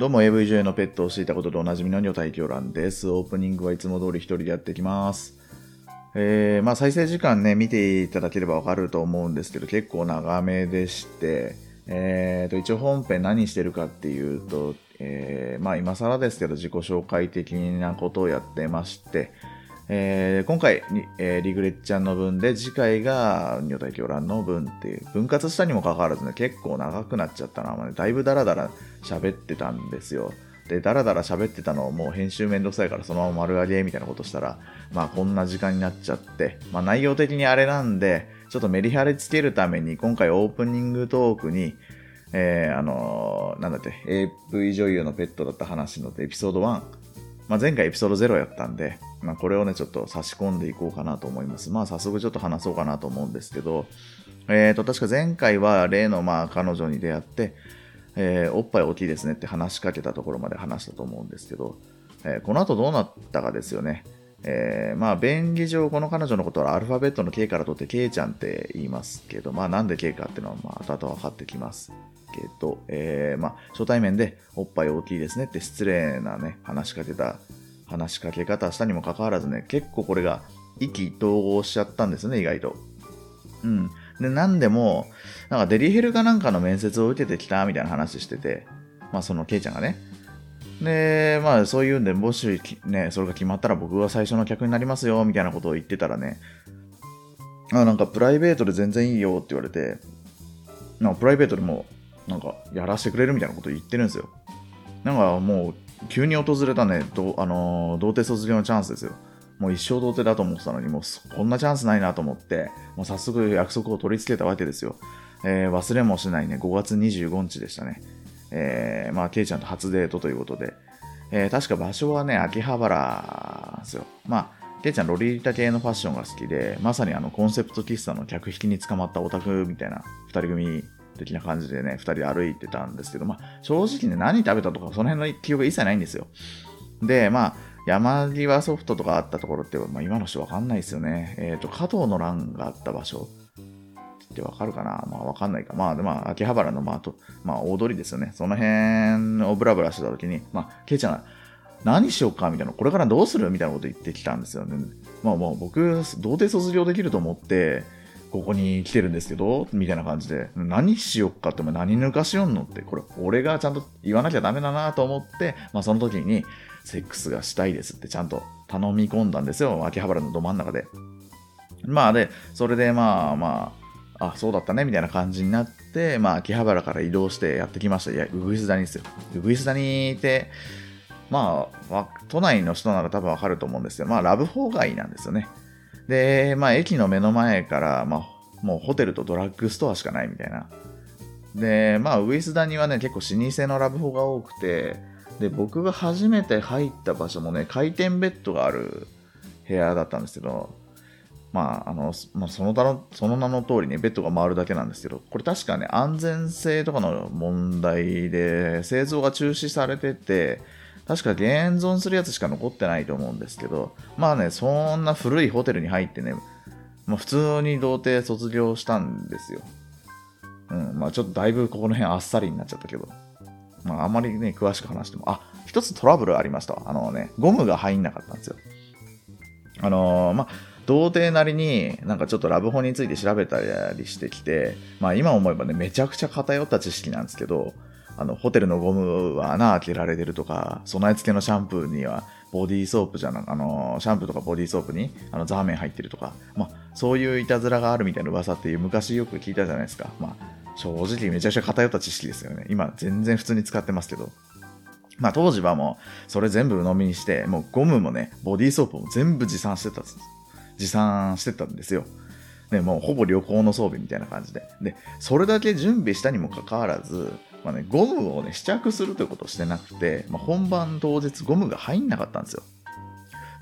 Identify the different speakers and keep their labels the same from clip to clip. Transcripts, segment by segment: Speaker 1: どうも AV 女優のペットをしていたことでおなじみの女体狂乱です。オープニングはいつも通り一人でやっていきます。えーまあ再生時間ね、見ていただければわかると思うんですけど、結構長めでして、えーと、一応本編何してるかっていうと、えーまあ今更ですけど自己紹介的なことをやってまして、えー今回に、えーリグレッチャンの分で次回が女体狂乱の分っていう分割したにもかかわらずね結構長くなっちゃったな、まあね、だいぶダラダラ喋ってたんですよでダラダラ喋ってたのをもう編集めんどくさいからそのまま丸上げみたいなことしたらまあこんな時間になっちゃって、まあ、内容的にあれなんでちょっとメリハリつけるために今回オープニングトークにえーあのーなんだって、AV 女優のペットだった話のエピソード1、まあ、前回エピソード0やったんで、まあ、これをね、ちょっと差し込んでいこうかなと思います。まあ、早速ちょっと話そうかなと思うんですけど、えーと、確か前回は例の、まあ、彼女に出会って、えーおっぱい大きいですねって話しかけたところまで話したと思うんですけど、えーこの後どうなったかですよね。えーまあ、便宜上、この彼女のことはアルファベットの K から取って K ちゃんって言いますけど、まあ、なんで K かっていうのは、まあ、後々分かってきますけど、えーまあ、初対面でおっぱい大きいですねって失礼なね、話しかけた、話しかけ方したにもかかわらずね、結構これが意気投合しちゃったんですね、意外と。うん。で、なんでも、なんかデリヘルかなんかの面接を受けてきたみたいな話してて、まあそのケイちゃんがね。で、まあそういうんで、もしきね、それが決まったら僕が最初の客になりますよ、みたいなことを言ってたらね、あなんかプライベートで全然いいよって言われて、なんかプライベートでもなんかやらせてくれるみたいなこと言ってるんですよ。なんかもう急に訪れたね、どあのー童貞卒業のチャンスですよ。もう一生童貞だと思ってたのに、もうそこんなチャンスないなと思って、もう早速約束を取り付けたわけですよ。えー忘れもしないね、5月25日でしたね。えーまあ、ケイちゃんと初デートということで、えー確か場所はね、秋葉原なんですよ。まあ、ケイちゃんロリータ系のファッションが好きで、まさにあのコンセプト喫茶の客引きに捕まったオタクみたいな2人組的な感じでね、2人で歩いてたんですけど、まあ、正直ね、何食べたとか、その辺の記憶が一切ないんですよ。で、まあ、山際ソフトとかあったところって、まあ、今の人わかんないですよね。えっ、と、加藤の乱があった場所ってわかるかなまあ、わかんないか。まあ、でまあ、秋葉原の、まあ、とまあ、大通りですよね。その辺をブラブラしてた時に、まあ、ケイちゃんが、何しようかみたいな、これからどうするみたいなこと言ってきたんですよね。まあ、もう僕、童貞卒業できると思って、ここに来てるんですけど、みたいな感じで、何しよっかって、お前何抜かしよんのって、これ、俺がちゃんと言わなきゃダメだなと思って、まあ、その時に、セックスがしたいですってちゃんと頼み込んだんですよ、秋葉原のど真ん中で。まあで、それでまあまあ、あ、そうだったねみたいな感じになって、まあ秋葉原から移動してやってきました。いや、ウグイス谷ですよ。ウグイス谷って、まあ、わ都内の人なら多分わかると思うんですけど、まあラブホ街なんですよね。で、まあ駅の目の前から、まあもうホテルとドラッグストアしかないみたいな。で、まあウグイス谷はね、結構老舗のラブホが多くて、で僕が初めて入った場所もね回転ベッドがある部屋だったんですけどまああの、そまあ、そのだろその名の通りねベッドが回るだけなんですけどこれ確かね安全性とかの問題で製造が中止されてて確か現存するやつしか残ってないと思うんですけどまあねそんな古いホテルに入ってね、まあ、普通に童貞卒業したんですようんまあちょっとだいぶここの辺あっさりになっちゃったけどまあ、あまりね、詳しく話しても、あ、一つトラブルありました。あのね、ゴムが入んなかったんですよ。あのーまあ、童貞なりに、なんかちょっとラブホについて調べたりしてきて、まあ、今思えばね、めちゃくちゃ偏った知識なんですけど、あの、ホテルのゴムは穴開けられてるとか、備え付けのシャンプーには、ボディーソープじゃなく、あのー、シャンプーとかボディーソープに、あの、ザーメン入ってるとか、まあ、そういういたずらがあるみたいな噂っていう昔よく聞いたじゃないですか。まあ、正直めちゃくちゃ偏った知識ですよね。今全然普通に使ってますけど。まあ当時はもうそれ全部鵜呑みにして、もうゴムもね、ボディーソープも全部持参してたんです、持参してたんですよ。で、もうほぼ旅行の装備みたいな感じで。で、それだけ準備したにもかかわらず、まあね、ゴムをね、試着するということをしてなくて、まあ、本番当日ゴムが入んなかったんですよ。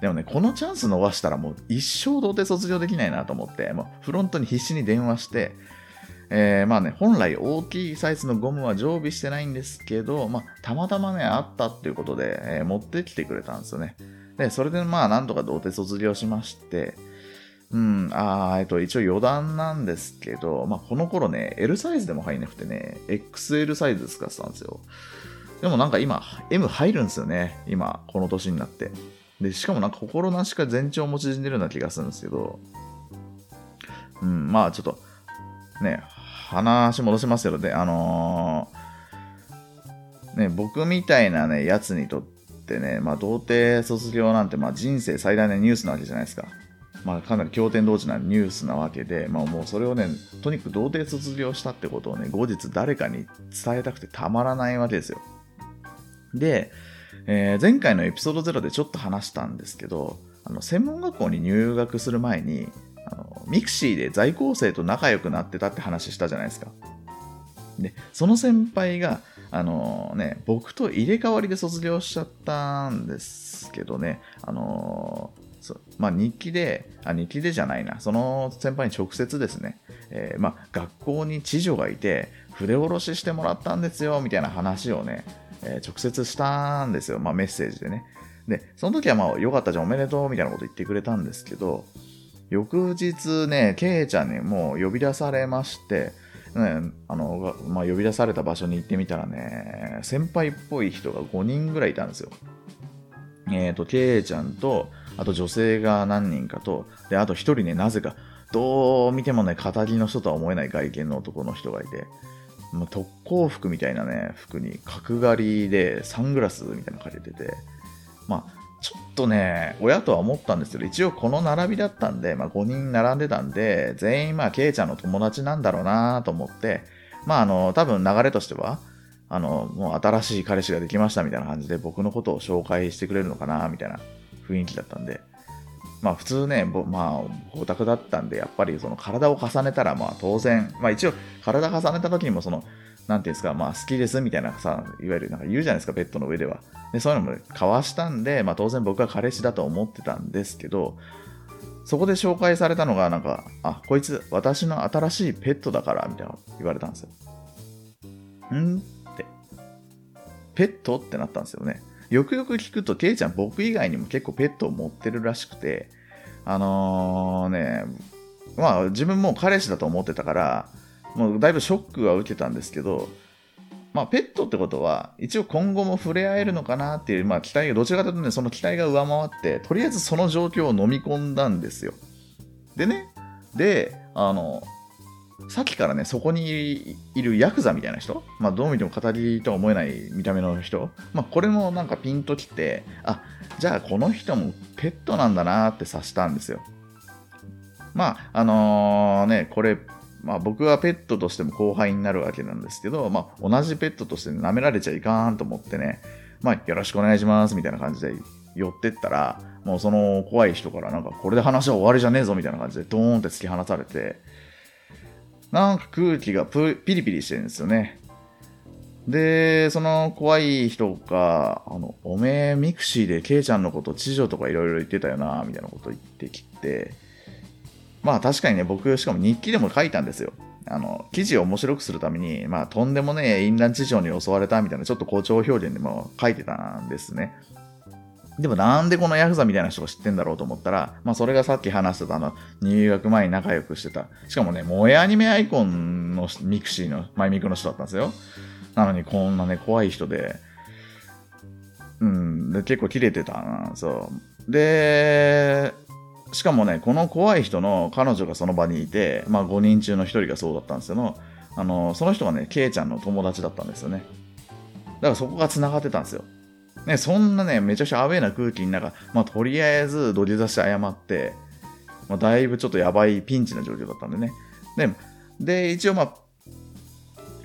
Speaker 1: でもね、このチャンス逃したらもう一生童貞卒業できないなと思って、もうフロントに必死に電話して、えーまあね、本来大きいサイズのゴムは常備してないんですけど、まあ、たまたまね、あったっていうことで、えー持ってきてくれたんですよね。で、それでまあ、なんとか童貞卒業しまして、うん、あーえっと、一応余談なんですけど、まあ、この頃ね、L サイズでも入んなくてね、XL サイズ使ってたんですよ。でもなんか今、M 入るんですよね。今、この年になって。で、しかもなんか心なしか前兆も縮んでるような気がするんですけど、うん、まあちょっと、ね、話戻しますけどね、あのーね、僕みたいなね、やつにとってね、まあ童貞卒業なんて、まあ人生最大のニュースなわけじゃないですか。まあかなり経典同時なニュースなわけで、まあもうそれをね、とにかく童貞卒業したってことをね、後日誰かに伝えたくてたまらないわけですよ。で、えー前回のエピソード0でちょっと話したんですけど、あの専門学校に入学する前に、あのミクシーで在校生と仲良くなってたって話したじゃないですか。で、その先輩が、あのね、僕と入れ替わりで卒業しちゃったんですけどね、あのそうまあ、日記であ、日記でじゃないな、その先輩に直接ですね、えーまあ、学校に知女がいて、筆下ろししてもらったんですよみたいな話をね、えー直接したんですよ、まあ、メッセージでね。で、その時は、まあ、よかったじゃん、おめでとうみたいなこと言ってくれたんですけど、翌日ね、ケイちゃんにもう呼び出されまして、ね、あの、がまあ、呼び出された場所に行ってみたらね、先輩っぽい人が5人ぐらいいたんですよ。えっ、と、ケイちゃんと、あと女性が何人かと、で、あと1人ね、なぜか、どう見てもね、仇の人とは思えない外見の男の人がいて、もう特攻服みたいなね、服に角刈りでサングラスみたいなのかけてて、まあ、ちょっとね、親とは思ったんですけど、一応この並びだったんで、まあ、5人並んでたんで、全員、まあ、ケイちゃんの友達なんだろうなと思って、まあ、あの、多分流れとしては、あの、もう新しい彼氏ができましたみたいな感じで、僕のことを紹介してくれるのかなみたいな雰囲気だったんで、まあ普通ね、ぼまあ、オタクだったんで、やっぱりその体を重ねたら、まあ当然、まあ一応、体重ねた時にも、その、なんていうんですか、まあ好きですみたいなさ、いわゆるなんか言うじゃないですか、ベッドの上では。で、そういうのも交わしたんで、まあ当然僕は彼氏だと思ってたんですけど、そこで紹介されたのが、なんか、あ、こいつ、私の新しいペットだから、みたいなこと言われたんですよ。んって。ペットってなったんですよね。よくよく聞くと、ケイちゃん、僕以外にも結構ペットを持ってるらしくて、あのーね、まあ自分もう彼氏だと思ってたから、もうだいぶショックは受けたんですけど、まあペットってことは、一応今後も触れ合えるのかなっていう、まあ期待が、どちらかというとね、その期待が上回って、とりあえずその状況を飲み込んだんですよ。でね、で、あの、さっきからね、そこにいるヤクザみたいな人、まあ、どう見ても語りとは思えない見た目の人、まあ、これもなんかピンときて、あじゃあこの人もペットなんだなって察したんですよ。まあ、あのね、これ、まあ、僕はペットとしても後輩になるわけなんですけど、まあ、同じペットとして舐められちゃいかんと思ってね、まあ、よろしくお願いしますみたいな感じで寄ってったら、もうその怖い人から、なんかこれで話は終わりじゃねえぞみたいな感じで、ドーンって突き放されて、なんか空気がプピリピリしてるんですよね。で、その怖い人が、あの、おめえミクシーでケイちゃんのこと、知女とかいろいろ言ってたよな、みたいなこと言ってきて、まあ確かにね、僕、しかも日記でも書いたんですよ。あの、記事を面白くするために、まあとんでもねえ淫乱知女に襲われたみたいな、ちょっと誇張表現でも書いてたんですね。でもなんでこのヤクザみたいな人が知ってんだろうと思ったら、まあそれがさっき話してたあの、入学前に仲良くしてた。しかもね、萌えアニメアイコンのミクシーの、マイミクの人だったんですよ。なのにこんなね、怖い人で、うん、で結構切れてたな、そう。で、しかもね、この怖い人の彼女がその場にいて、まあ5人中の1人がそうだったんですけど、あの、その人がね、ケイちゃんの友達だったんですよね。だからそこが繋がってたんですよ。ね、そんなね、めちゃくちゃアウェーな空気の中、まあ、とりあえず土下座して謝って、まあ、だいぶちょっとやばいピンチな状況だったんでね。で、で一応まあ、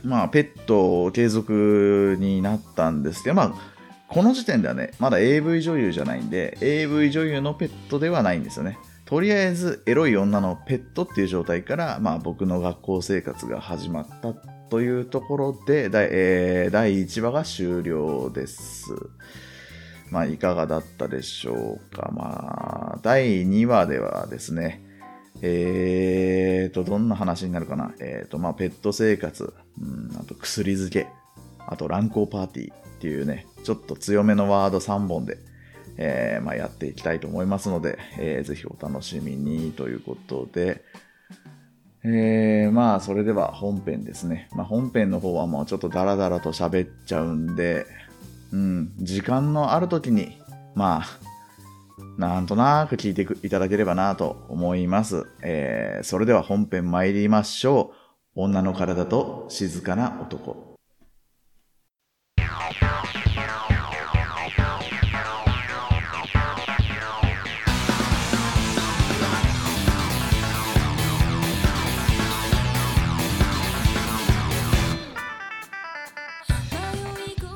Speaker 1: まあ、ペットを継続になったんですけど、まあ、この時点ではね、まだ AV 女優じゃないんで、AV 女優のペットではないんですよね。とりあえず、エロい女のペットっていう状態から、まあ、僕の学校生活が始まったというところで、第えー第1話が終了です。まあ、いかがだったでしょうか。まあ、第2話ではですね、えーと、どんな話になるかな。えーと、まあ、ペット生活、うん、あと薬漬け、あと乱行パーティーっていうね、ちょっと強めのワード3本で、えーまあ、やっていきたいと思いますので、えーぜひお楽しみにということで、えーまあそれでは本編ですね、まあ、本編の方はもうちょっとダラダラと喋っちゃうんでうん、時間のある時に、まあ、なんとなく聞いてくいただければなと思います。えーそれでは本編参りましょう。女の体と静かな男。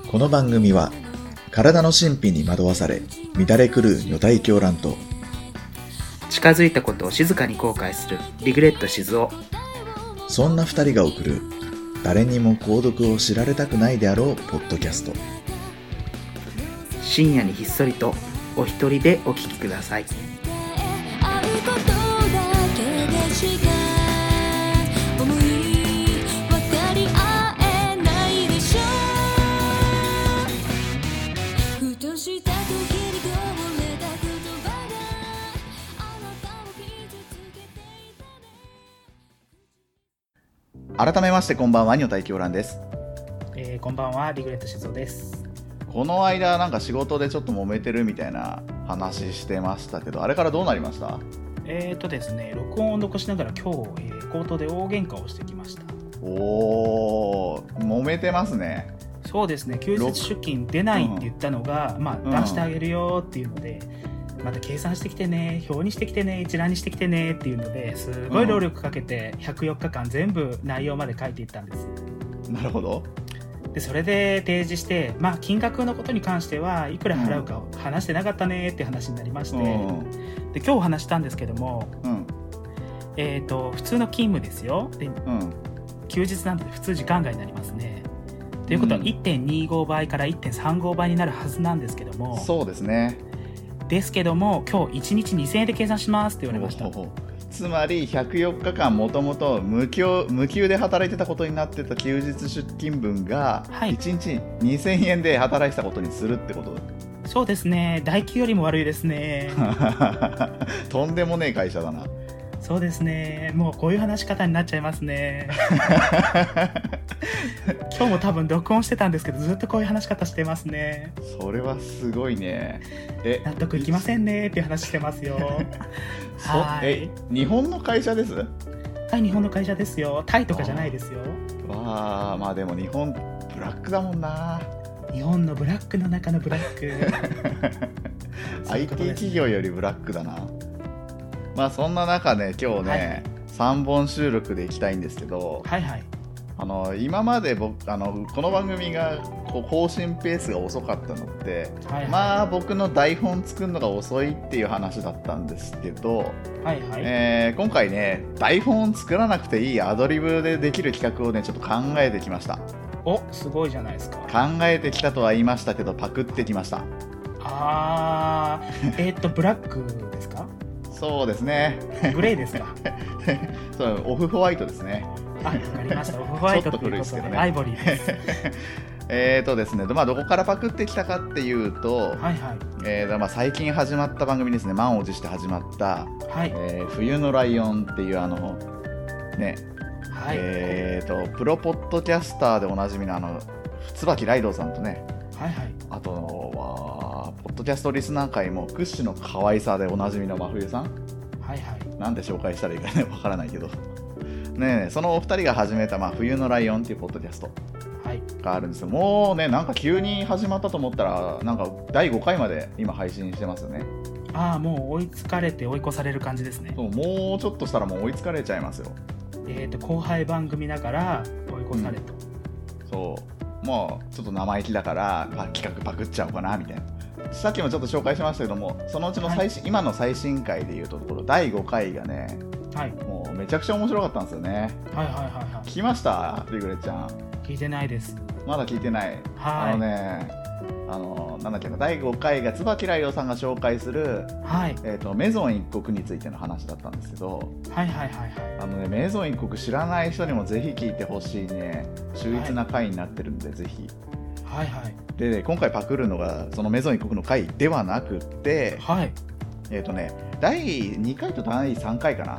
Speaker 2: この番組は
Speaker 1: 体の神秘に惑わされ、乱れ狂う女体狂乱と、
Speaker 3: 近づいたことを静かに後悔するリグレット静雄
Speaker 1: そんな二人が送る、誰にも購読を知られたくないであろうポッドキャスト。
Speaker 3: 深夜にひっそりとお一人でお聞きください
Speaker 2: 会うことだけでしか思い渡り合えないでしょふとした時にこぼれた言葉があなたを傷つけていたね
Speaker 1: 改めましてこんばんは、女体狂乱です。
Speaker 3: えー、こんばんはリグレット静雄です
Speaker 1: この間、なんか仕事でちょっと揉めてるみたいな話してましたけど、あれからどうなりました
Speaker 4: えーとですね、録音を残しながら今日、えー口頭で大喧嘩をしてきました。
Speaker 1: おー、揉めてますね。
Speaker 4: そうですね、休日出勤出ないって言ったのが、ま
Speaker 1: うん
Speaker 4: あ出してあげるよっていうので、また計算してきてね、表にしてきてね、一覧にしてきてねっていうので、すごい労力かけて104日間全部内容まで書いていったんです。
Speaker 1: なるほど。
Speaker 4: で、それで提示して、まあ金額のことに関してはいくら払うかを話してなかったねって話になりまして、
Speaker 1: うん。
Speaker 4: で、今日話したんですけども、
Speaker 1: うん。
Speaker 4: えーと、普通の勤務ですよ。で
Speaker 1: うん。
Speaker 4: 休日なんて普通時間外になりますね。ということは
Speaker 1: うん
Speaker 4: 1.25倍から1.35倍になるはずなんですけども、
Speaker 1: そうですね。
Speaker 4: ですけども今日1日2000円で計算しますって言われました
Speaker 1: ほうほうほうつまり104日間もともと無給無給で働いてたことになってた休日出勤分が
Speaker 4: はい
Speaker 1: 1日2000円で働いてたことにするってこと
Speaker 4: そうですね代給よりも悪いですね
Speaker 1: とんでもねえ会社だな
Speaker 4: そうですねもうこういう話し方になっちゃいま すね今日も多分録音してたんですけどずっとこういう話し方してますね
Speaker 1: それはすごいねえ
Speaker 4: 納得いきませんねっていう話してますよ
Speaker 1: そ
Speaker 4: は
Speaker 1: え
Speaker 4: い
Speaker 1: 日本の会社ですわ
Speaker 4: はい日本の会社ですよタイとかじゃないですよ
Speaker 1: あまあでも日本ブラックだもんな
Speaker 4: 日本のブラックの中のブラックそういう
Speaker 1: IT
Speaker 4: ことですね
Speaker 1: 企業よりブラックだなまあそんな中ね今日ね、3本収録でいきたいんですけど
Speaker 4: はいはい
Speaker 1: あの今まで僕あのこの番組がこう更新ペースが遅かったのって、
Speaker 4: はいはい、
Speaker 1: まあ僕の台本作るのが遅いっていう話だったんですけど、
Speaker 4: はいはい
Speaker 1: えー今回ね台本作らなくていいアドリブでできる企画をねちょっと考えてきました
Speaker 4: おすごいじゃないですか
Speaker 1: 考えてきたとは言いましたけどパクってきました
Speaker 4: あーえーっとブラックですか
Speaker 1: そうですね
Speaker 4: グレーで すか
Speaker 1: そうオフホワイトですね
Speaker 4: あわかりましたオフホワイト
Speaker 1: ちょっと
Speaker 4: と
Speaker 1: 古
Speaker 4: い
Speaker 1: いうです
Speaker 4: こと
Speaker 1: け
Speaker 4: で
Speaker 1: どね
Speaker 4: アイボリー です
Speaker 1: えーとですね、まあ、どこからパクってきたかっていうと、
Speaker 4: はいはい
Speaker 1: えーまあ、最近始まった番組ですね満を持して始まった
Speaker 4: はい
Speaker 1: えー冬のライオン」っていうあのね、
Speaker 4: はい、
Speaker 1: えーとプロポッドキャスターでおなじみのあの椿ライドさんとね
Speaker 4: はいはい
Speaker 1: あとはポッドキャストリスナー界も屈指の可愛さでおなじみの真冬さん
Speaker 4: はいはい
Speaker 1: なんて紹介したらいいかねわからないけどねえそのお二人が始めた、まあ「冬のライオン」っていうポッドキャスト
Speaker 4: はい
Speaker 1: があるんですよもうねなんか急に始まったと思ったらなんか第5回まで今配信してますよね
Speaker 4: ああもう追いつかれて追い越される感じですね
Speaker 1: そうもうちょっとしたらもう追いつかれちゃいますよ
Speaker 4: えーっと後輩番組だから追い越されと、
Speaker 1: そうもうちょっと生意気だからあ企画パクっちゃおうかなみたいなさっきもちょっと紹介しましたけどもそのうちの最新、今の最新回でいうところ第5回がね
Speaker 4: はい、
Speaker 1: もうめちゃくちゃ面白かったんですよね
Speaker 4: はいはいはいは
Speaker 1: 聞きましたリグレちゃん
Speaker 4: い聞いてないです
Speaker 1: まだ聞いてない
Speaker 4: は
Speaker 1: あ
Speaker 4: い、
Speaker 1: のねあのなんだっけな第5回が椿ライドさんが紹介する、
Speaker 4: はい
Speaker 1: えー、とメゾン一国についての話だったんですけど
Speaker 4: はいはいはいはい
Speaker 1: あのねメゾン一国知らない人にもぜひ聞いてほしいね秀逸な回になってるんで、ぜひ
Speaker 4: はいはい
Speaker 1: でね、今回パクるのがそのメゾン一国の回ではなくって、
Speaker 4: はい
Speaker 1: えっ、とね、第2回と第3回かな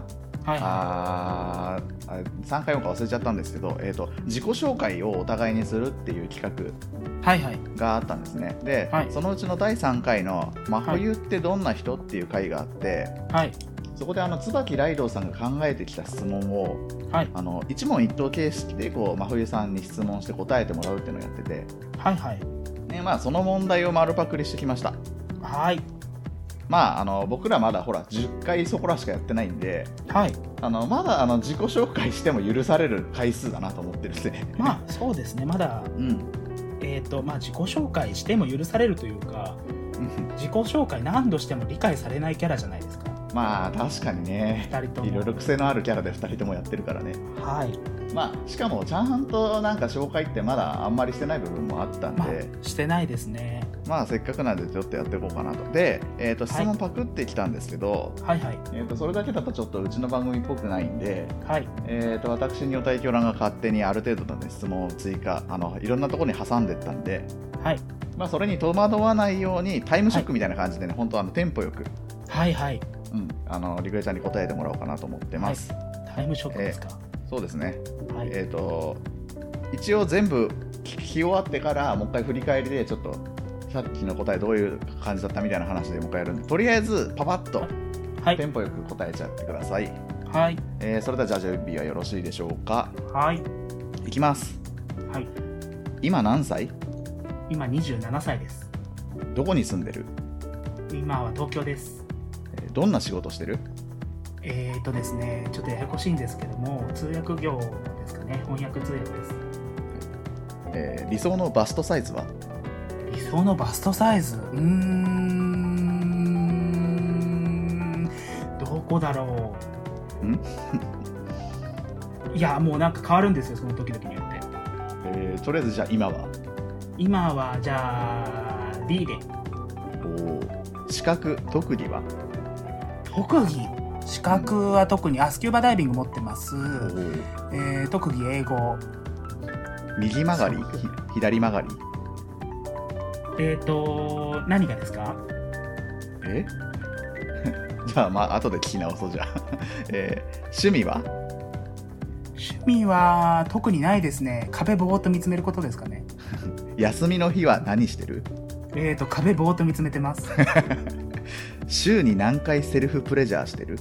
Speaker 4: はいは
Speaker 1: あーあれ3回目か忘れちゃったんですけど、えー、と自己紹介をお互いにするっていう企画
Speaker 4: いはいはい
Speaker 1: があったんですねで、
Speaker 4: はい
Speaker 1: そのうちの第3回の「真冬ってどんな人?」っていう回があって、
Speaker 4: はい
Speaker 1: そこであの椿ライドウさんが考えてきた質問を
Speaker 4: はい
Speaker 1: あの一問一答形式でこう真冬さんに質問して答えてもらうっていうのをやってて、
Speaker 4: はいはい
Speaker 1: ねまあ、その問題を丸パクリしてきました
Speaker 4: はい
Speaker 1: まああの僕らまだほら10回そこらしかやってないんで
Speaker 4: はい
Speaker 1: あのまだあの自己紹介しても許される回数だなと思ってるんで、
Speaker 4: まあそうですねまだ
Speaker 1: うん、
Speaker 4: えっ、とまあ自己紹介しても許されるというか自己紹介何度しても理解されないキャラじゃないですか
Speaker 1: まあ確かにね
Speaker 4: 二人とも
Speaker 1: いろいろ癖のあるキャラで2人ともやってるからね
Speaker 4: はい
Speaker 1: まあしかもちゃんとなんか紹介ってまだあんまりしてない部分もあったんで、
Speaker 4: まあしてないですね
Speaker 1: まあせっかくなんでちょっとやっていこうかなと。で、えー、と質問パクってきたんですけど、
Speaker 4: はいはい
Speaker 1: えー、とそれだけだとちょっとうちの番組っぽくないんで、
Speaker 4: はい
Speaker 1: えー、と私にお体狂乱が勝手にある程度の、ね、質問を追加あのいろんなところに挟んでったんで、
Speaker 4: はい
Speaker 1: まあ、それに戸惑わないようにタイムショックみたいな感じでね、本当あのテンポよく、
Speaker 4: はいはい
Speaker 1: うん、あのリクエちゃんに答えてもらおうかなと思ってます。
Speaker 4: タイムショックですか、
Speaker 1: そうですね、
Speaker 4: はい、
Speaker 1: えー、と一応全部聞き終わってからもう一回振り返りでちょっとさっきの答えどういう感じだったみたいな話でもう一回やるんでとりあえずパパッと
Speaker 4: はい
Speaker 1: テンポよく答えちゃってください、
Speaker 4: はい
Speaker 1: えーそれではじゃあ準備はよろしいでしょうか
Speaker 4: はい
Speaker 1: いきます
Speaker 4: はい
Speaker 1: 今何歳
Speaker 4: 今27歳です
Speaker 1: どこに住んでる
Speaker 4: 今は東京です
Speaker 1: えーどんな仕事してる
Speaker 4: えっ、ー、とですねちょっとややこしいんですけども通訳業ですかね翻訳通訳です
Speaker 1: えー理想のバストサイズは
Speaker 4: 理想のバストサイズうーんどこだろ
Speaker 1: ん
Speaker 4: ういやもうなんか変わるんですよその時々によって
Speaker 1: えーとりあえずじゃあ今は
Speaker 4: 今はじゃあ D で
Speaker 1: おー資格特技は
Speaker 5: 特技資格は特にあスキューバダイビング持ってます、
Speaker 1: おー
Speaker 5: えー特技英語
Speaker 1: 右曲がりひ左曲がり
Speaker 4: えっ、ー、と何がですか
Speaker 1: え じゃあまあ後で聞き直そうじゃあ、 えー趣味は
Speaker 5: 趣味は特にないですね壁ぼーっと見つめることですかね
Speaker 1: 休みの日は何してる
Speaker 5: えーと壁ぼーっと見つめてます
Speaker 1: 週に何回セルフプレジャーしてる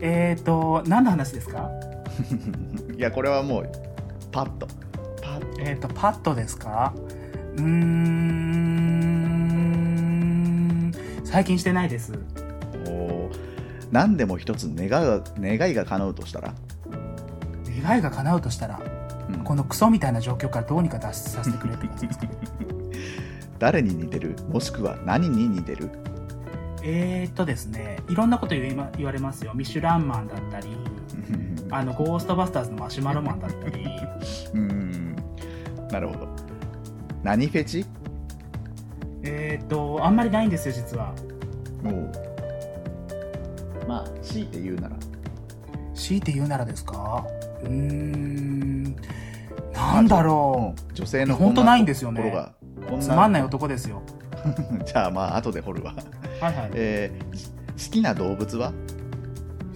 Speaker 5: えーと何の話ですか
Speaker 1: いやこれはもうパッとパッ
Speaker 5: えーとパッドですかうーん
Speaker 4: 最近してないです
Speaker 1: とおー何でも一つ願う願いが叶うとしたら、
Speaker 5: 願いが叶うとしたら
Speaker 1: うん
Speaker 5: このクソみたいな状況からどうにか脱出させてくれって 感じですか
Speaker 1: 誰に似てるもしくは何に似てる
Speaker 4: えー、っとですねいろんなこと言いま言われますよミシュランマンだったりあのゴーストバスターズのマシュマロマンだった り
Speaker 1: うんなるほど何フェチ
Speaker 4: えーっとあんまりないんですよ実は
Speaker 1: おまあ強いて言うなら
Speaker 5: 強いて言うならですかうーんなんだろう
Speaker 1: 女性の
Speaker 5: いやほんとないんですよね
Speaker 1: ところがこん
Speaker 5: つまんない男ですよ
Speaker 1: じゃあまあ後で掘るわ、
Speaker 4: はいはい
Speaker 1: えーじ好きな動物は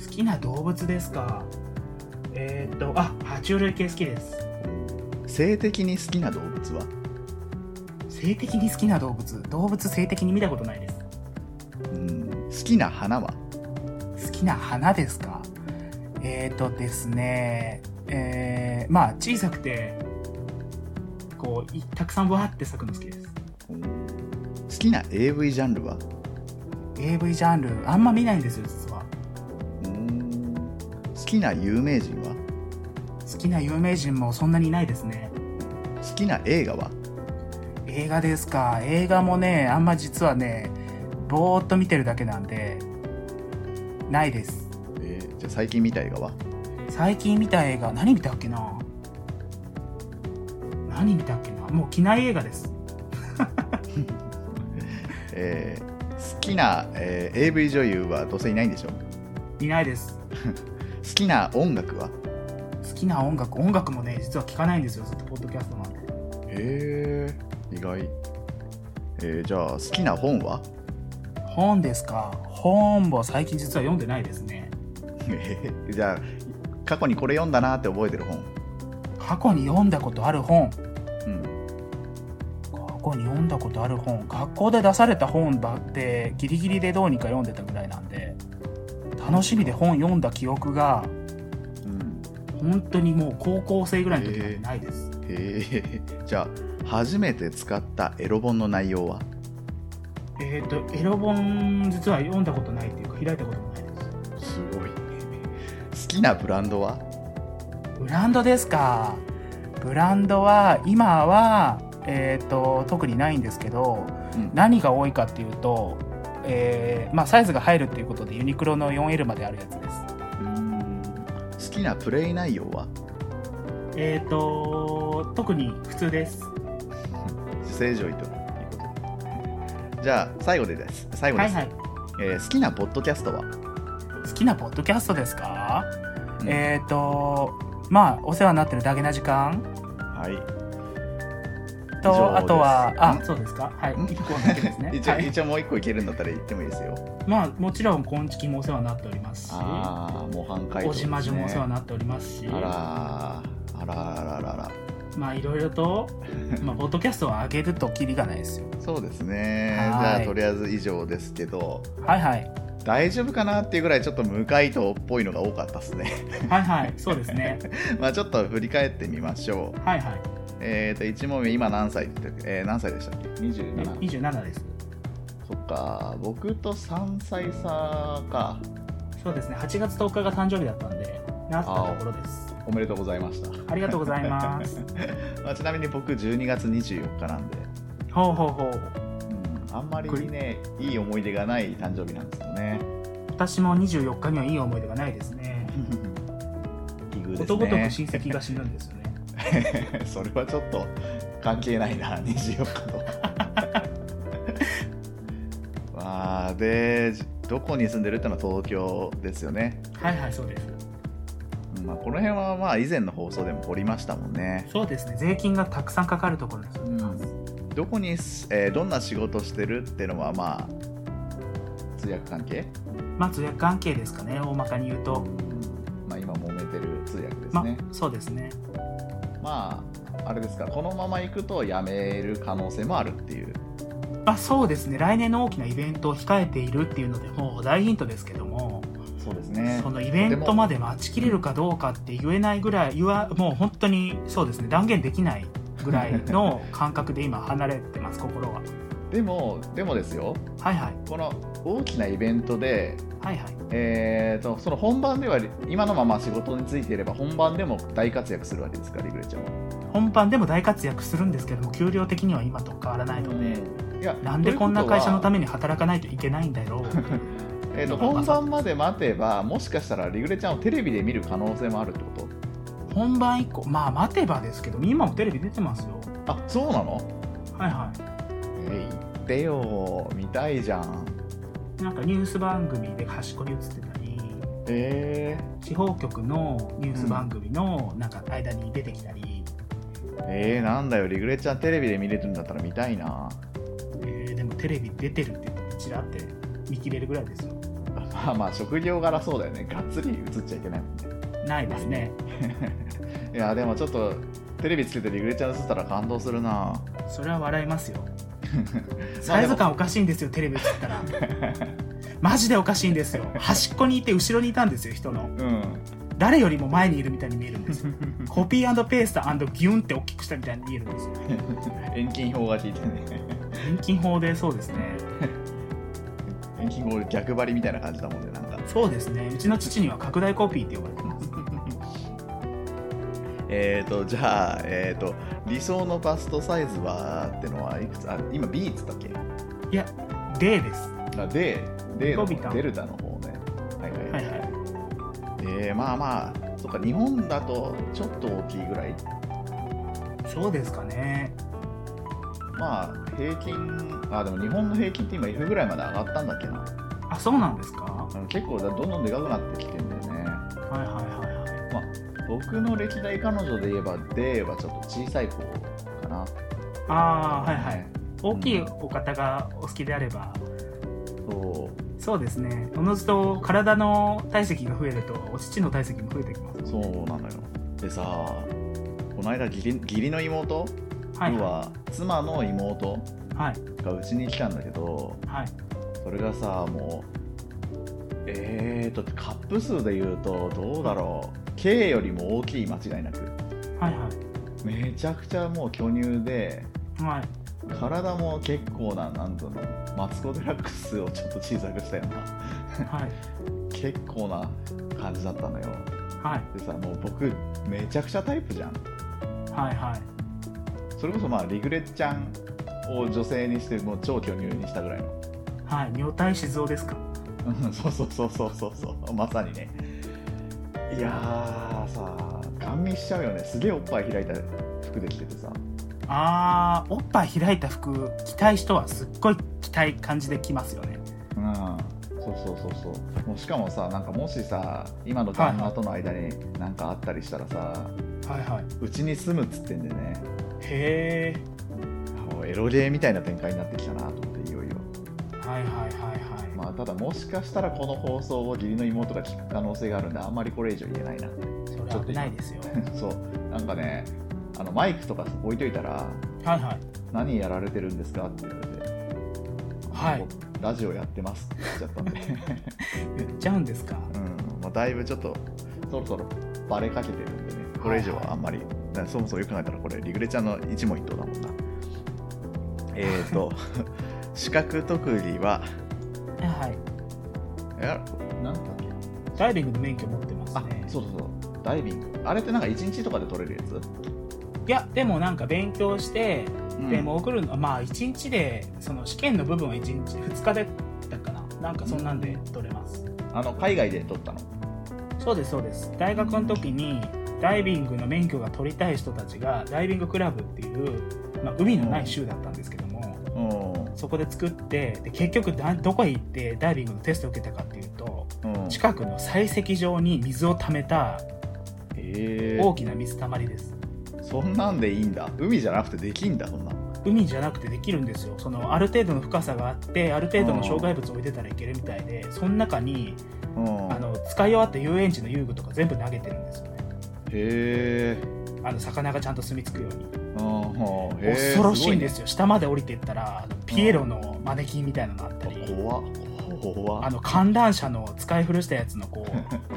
Speaker 4: 好きな動物ですかえーっとあ爬虫類系好きです
Speaker 1: 性的に好きな動物は
Speaker 5: 性的
Speaker 4: に
Speaker 5: に
Speaker 4: 好
Speaker 5: 好
Speaker 4: き
Speaker 5: き
Speaker 4: な
Speaker 5: な動物
Speaker 4: 動物性的に見たことないです
Speaker 1: うん好きな花は
Speaker 5: 好きな花ですかえーとですねえー、まあ
Speaker 4: 小さくてこういたくさんわーって咲くの好きです
Speaker 1: うん好きな AV ジャンルは
Speaker 5: AV ジャンルあ
Speaker 4: あ
Speaker 5: ん
Speaker 4: ん
Speaker 5: ま
Speaker 4: ま見ないんですよ実は
Speaker 1: うん好きな有名人は
Speaker 5: 好きな有名人もそんなにいないですね
Speaker 1: 好きな映画は
Speaker 5: 映画ですか映画もねあんま実はねぼーっと見てるだけなんでないです
Speaker 1: えーじゃあ最近見た映画は
Speaker 5: 最近見た映画何見たっけな
Speaker 4: 何見たっけなもう機内映画です
Speaker 1: えー好きな、えー AV 女優はどうせいないんでしょ好
Speaker 4: 見ないです
Speaker 1: きな音楽は
Speaker 4: 好きな音楽音楽もね実は聴かないんですよずっとポッドキャストなんで
Speaker 1: へえ意外、えーじゃあ好きな本は
Speaker 5: 本ですか本も最近
Speaker 4: 実は読んでないですね
Speaker 1: じゃあ過去にこれ読んだなって覚えてる本、
Speaker 5: 過去に読んだことある本
Speaker 1: うん、
Speaker 5: 過去に読んだことある本学校で出された本だってギリギリでどうにか読んでたぐらいなんで楽しみで本読んだ記憶が
Speaker 1: うん、
Speaker 5: 本当にもう高校生ぐらいの時なんてないです、
Speaker 1: へえ じゃあ初めて使ったエロ本の内容は
Speaker 4: えっ、と、エロ本、実は読んだことないっていうか、開いたこともないです。
Speaker 1: すごいね好きなブランドは
Speaker 5: ブランドですかブランドは今はえっ、と特にないんですけど
Speaker 1: うん
Speaker 5: 何が多いかっていうと、えーまあ、サイズが入るっていうことでユニクロの 4L まであるやつです
Speaker 1: うん好きなプレイ内容は
Speaker 4: えっ、と、特に普通です。
Speaker 1: 正常位ということじゃあ最後でです最後
Speaker 4: は
Speaker 1: で
Speaker 4: い
Speaker 1: す、
Speaker 4: はい。
Speaker 1: えー好きなポッドキャストは
Speaker 5: 好きなポッドキャストですか、
Speaker 1: うん
Speaker 5: えっ、とまあお世話になってるだけな時間
Speaker 1: はい以上
Speaker 5: とあとはあ
Speaker 4: そうですかはい。
Speaker 1: ん
Speaker 4: 一個だけです ね。
Speaker 1: 一応、
Speaker 4: はい、
Speaker 1: 一応もう一個いけるんだったら言ってもいいですよ
Speaker 4: まあ、もちろん、今月もお世話になっておりますし、
Speaker 1: ああ模範解答
Speaker 4: 大島女もお世話に
Speaker 1: な
Speaker 4: なっておりますし、
Speaker 1: あらーあらあらあらあら
Speaker 4: まあ、いろい ろと、まあ、ポッドキャストは
Speaker 5: あ
Speaker 4: 上げ、
Speaker 5: げるとキリがないですよ
Speaker 1: そうですね
Speaker 5: はーい
Speaker 1: じゃあとりあえず以上ですけど
Speaker 5: はいはい
Speaker 1: 大丈夫かなっていうぐらいちょっと無回答っぽいのが多かったですね
Speaker 4: はいはい、そうですね。
Speaker 1: まあちょっと振り返ってみましょう
Speaker 4: はいはい。
Speaker 1: えっ、と1問目今何歳って言ったっけ、えー何歳でしたっけ
Speaker 4: え
Speaker 1: 27
Speaker 4: 27です。
Speaker 1: そっか僕と3歳差か
Speaker 4: そうですね。8月10日が誕生日だったんで、なったところです。
Speaker 1: おめでとうございました、
Speaker 4: ありがとうござい ます。
Speaker 1: まあ、ちなみに僕12月24日なんで、
Speaker 4: ほうほうほう。
Speaker 1: うん、あんまりねいい思い出がない誕生日なんですよね
Speaker 4: 私も24日にはいい思い出がないですね。
Speaker 1: 奇遇
Speaker 4: ことごと
Speaker 1: で
Speaker 4: く
Speaker 1: すね
Speaker 4: 親戚が死ぬんですよね。
Speaker 1: それはちょっと関係ないな24日 とまあでどこに住んでるってのは東京ですよね、
Speaker 4: はいはい、そうです。
Speaker 1: うんまあ、この辺はまあ以前の放送でも掘りましたもんね
Speaker 4: そうですね。税金がたくさんかかるところです。
Speaker 1: どこにす、えーどんな仕事してるってのはまあ通訳関係
Speaker 4: まあ、通訳関係ですかね、大まかに言うと。
Speaker 1: まあ今揉めてる通訳です
Speaker 4: ま
Speaker 1: ね、
Speaker 4: あ、そうですね。
Speaker 1: まああれですからこのまま行くと辞める可能性もあるっていう
Speaker 4: まあ、そうですね。来年の大きなイベントを控えているっていうので、もう大ヒントですけども、
Speaker 1: そうですね
Speaker 4: そのイベントまで待ちきれるかどうかって言えないぐらい、言わもう本当にそうですね、断言できないぐらいの感覚で今離れてます、心は。
Speaker 1: でもでもですよ
Speaker 4: はいはい。
Speaker 1: この大きなイベントで、
Speaker 4: はいはい。
Speaker 1: えー、とその本番では今のまま仕事についていれば本番でも大活躍するわけですからリグレちゃんは
Speaker 4: 本番でも大活躍するんですけども給料的には今と変わらないので、
Speaker 1: いや
Speaker 4: なんでこんな会社のた
Speaker 1: め、
Speaker 4: めに働かないといけないんだろう
Speaker 1: えー、と本番まで待てばもしかしたらリグレちゃんをテレビで見る可能性もあるってこ
Speaker 4: 本番以降まあ待てばですけど今もテレビ出てますよ
Speaker 1: とあそうなの
Speaker 4: はいは
Speaker 1: えー、行ってよ見たいじゃん
Speaker 4: いなんかニュース番組で端っこに映ってたり
Speaker 1: え
Speaker 4: 地方局のニュース番組のなんか間に出てきたり、
Speaker 1: ー、えー、なんだよリグレちゃんテレビで見れるんだったら見たいな
Speaker 4: えーでもテレビ出てるって言ってちらって見切れるぐらいですよ
Speaker 1: まあまあ職業柄そうだよねがっつり映っちゃいけないもんね
Speaker 4: ないですね
Speaker 1: いやでもちょっとテレビつけてリグレちゃん映ったら感動するな
Speaker 4: それは笑いますよサイズ感おかしいんですよテレビ映ったらマジでおかしいんですよ端っこにいて後ろにいたんですよ人の
Speaker 1: うん
Speaker 4: 誰よりも前にいるみたいに見えるんですよコピーペーストギュンって大きくしたみたいに見えるんですよ
Speaker 1: 遠近法が効いてね
Speaker 4: 遠近法でそうですね
Speaker 1: 遠近法逆張りみたいな感じだもんねなんか
Speaker 4: そうですねうちの父には拡大コピーって呼ばれてます
Speaker 1: えーとじゃあえーと理想のバストサイズはってのはいくつあ今 B っつったっけ
Speaker 4: いや D です
Speaker 1: あで、での
Speaker 4: 伸びた
Speaker 1: デルタの方ね。はいはい
Speaker 4: はいはい
Speaker 1: えー、まあまあ、そっか、日本だとちょっと大きいぐらい。
Speaker 4: そうですかね
Speaker 1: まあ、平均、あ、でも日本の平均って今 F ぐらいまで上がったんだっけな。
Speaker 4: あそうなんですか
Speaker 1: あの結構だ、どんどんでかくなってきてんだよね。
Speaker 4: はいはいはいはい
Speaker 1: 僕の歴代彼女で言えば、ではちょっと小さい方かな。
Speaker 4: ああはいはい
Speaker 1: ね
Speaker 4: 大きいお方がお好きであれば
Speaker 1: そう。
Speaker 4: そうですねおのずと体の体積が増えるとお乳の体積も増えてきます
Speaker 1: そうなのよでさこの間義理義理の妹、
Speaker 4: はい
Speaker 1: 要
Speaker 4: は
Speaker 1: は妻の妹
Speaker 4: いはい
Speaker 1: がうちに来たんだけど
Speaker 4: はい
Speaker 1: それがさもうえーとカップ数で言うとどうだろう K よりも大きい間違いなく
Speaker 4: はいは
Speaker 1: めちゃくちゃもう巨乳で
Speaker 4: いはい
Speaker 1: 体も結構ななんとのマツコ・デラックスをちょっと小さくしたような
Speaker 4: はい
Speaker 1: 結構な感じだったのよ
Speaker 4: はい
Speaker 1: でさもう僕めちゃくちゃタイプじゃん
Speaker 4: はいはい
Speaker 1: それこそまあリグレッちゃんを女性にしてもう超巨乳にしたぐらいの
Speaker 4: はい女体静雄ですか
Speaker 1: うん そうそうそうそうそうそうまさにねいやーさガン見しちゃうよねすげえおっぱい開いた服で着ててさ
Speaker 5: あーおっぱい開いた服着たい人はすっごい着たい感じで着ますよね
Speaker 1: うんそうそうそうそうもうしかもさなんかもしさ今の旦那との間になんかあったりしたらさ
Speaker 5: はいはいう
Speaker 1: ちに住むっつってんでね
Speaker 5: へえ
Speaker 1: もうエロゲーみたいな展開になってきたなと思っていよいよ
Speaker 5: はいはいはいはい
Speaker 1: まあただもしかしたらこの放送を義理の妹が聞く可能性があるんであんまりこれ以上言えない な
Speaker 5: それ危ないですよ
Speaker 1: そうなんかねあのマイクとか置いといたら
Speaker 5: はいはい
Speaker 1: 「何やられてるんですか?」って言われて
Speaker 5: は
Speaker 1: も
Speaker 5: いう
Speaker 1: ラジオやってます」って言っちゃったんで、
Speaker 4: 言っちゃうんですか
Speaker 1: うんまあ、だいぶちょっとそろそろバレかけてるんでねこれ以上はあんまり、だからそもそもよく考えたらこれリグレちゃんの一問一答だもんなえっ、ー、 と視覚特技は
Speaker 5: はいはい
Speaker 1: えなんだっけ
Speaker 4: ダイビングの免許持ってます
Speaker 1: あ
Speaker 4: ね
Speaker 1: そうそうそうダイビングあれってなんか1日とかで取れるやつ、
Speaker 4: いやでもなんか勉強して
Speaker 1: うん
Speaker 4: でも送るのまあ1日でその試験の部分は1日2日でだったかななんかそんなんで取れます、
Speaker 1: あの海外で取ったの
Speaker 4: そうですそうです大学の時にダイビングの免許が取りたい人たちがダイビングクラブっていう、まあ、海のない州だったんですけども、
Speaker 1: う
Speaker 4: そこで作ってで結局だどこへ行ってダイビングのテストを受けたかっていうと
Speaker 1: んうん
Speaker 4: 近くの採石場に水を溜めた
Speaker 1: え
Speaker 4: 大きな水たまりです
Speaker 1: そんなんでいいんだ海じゃなくてできんだそんなの
Speaker 4: 海じゃなくてできるんですよそのある程度の深さがあってある程度の障害物を置いてたらいけるみたいでその中に
Speaker 1: うん
Speaker 4: あの使い終わった遊園地の遊具とか全部投げてるんですよね
Speaker 1: へえ
Speaker 4: あの魚がちゃんと住み着くように
Speaker 1: うんへー
Speaker 4: 恐ろしいんですすよ下まで降りてったらあのピエロのマネキンみたいなのあった
Speaker 1: ごいね
Speaker 4: り
Speaker 1: 怖っ怖
Speaker 4: あ
Speaker 1: っ
Speaker 4: の観覧車の使い古したやつのこ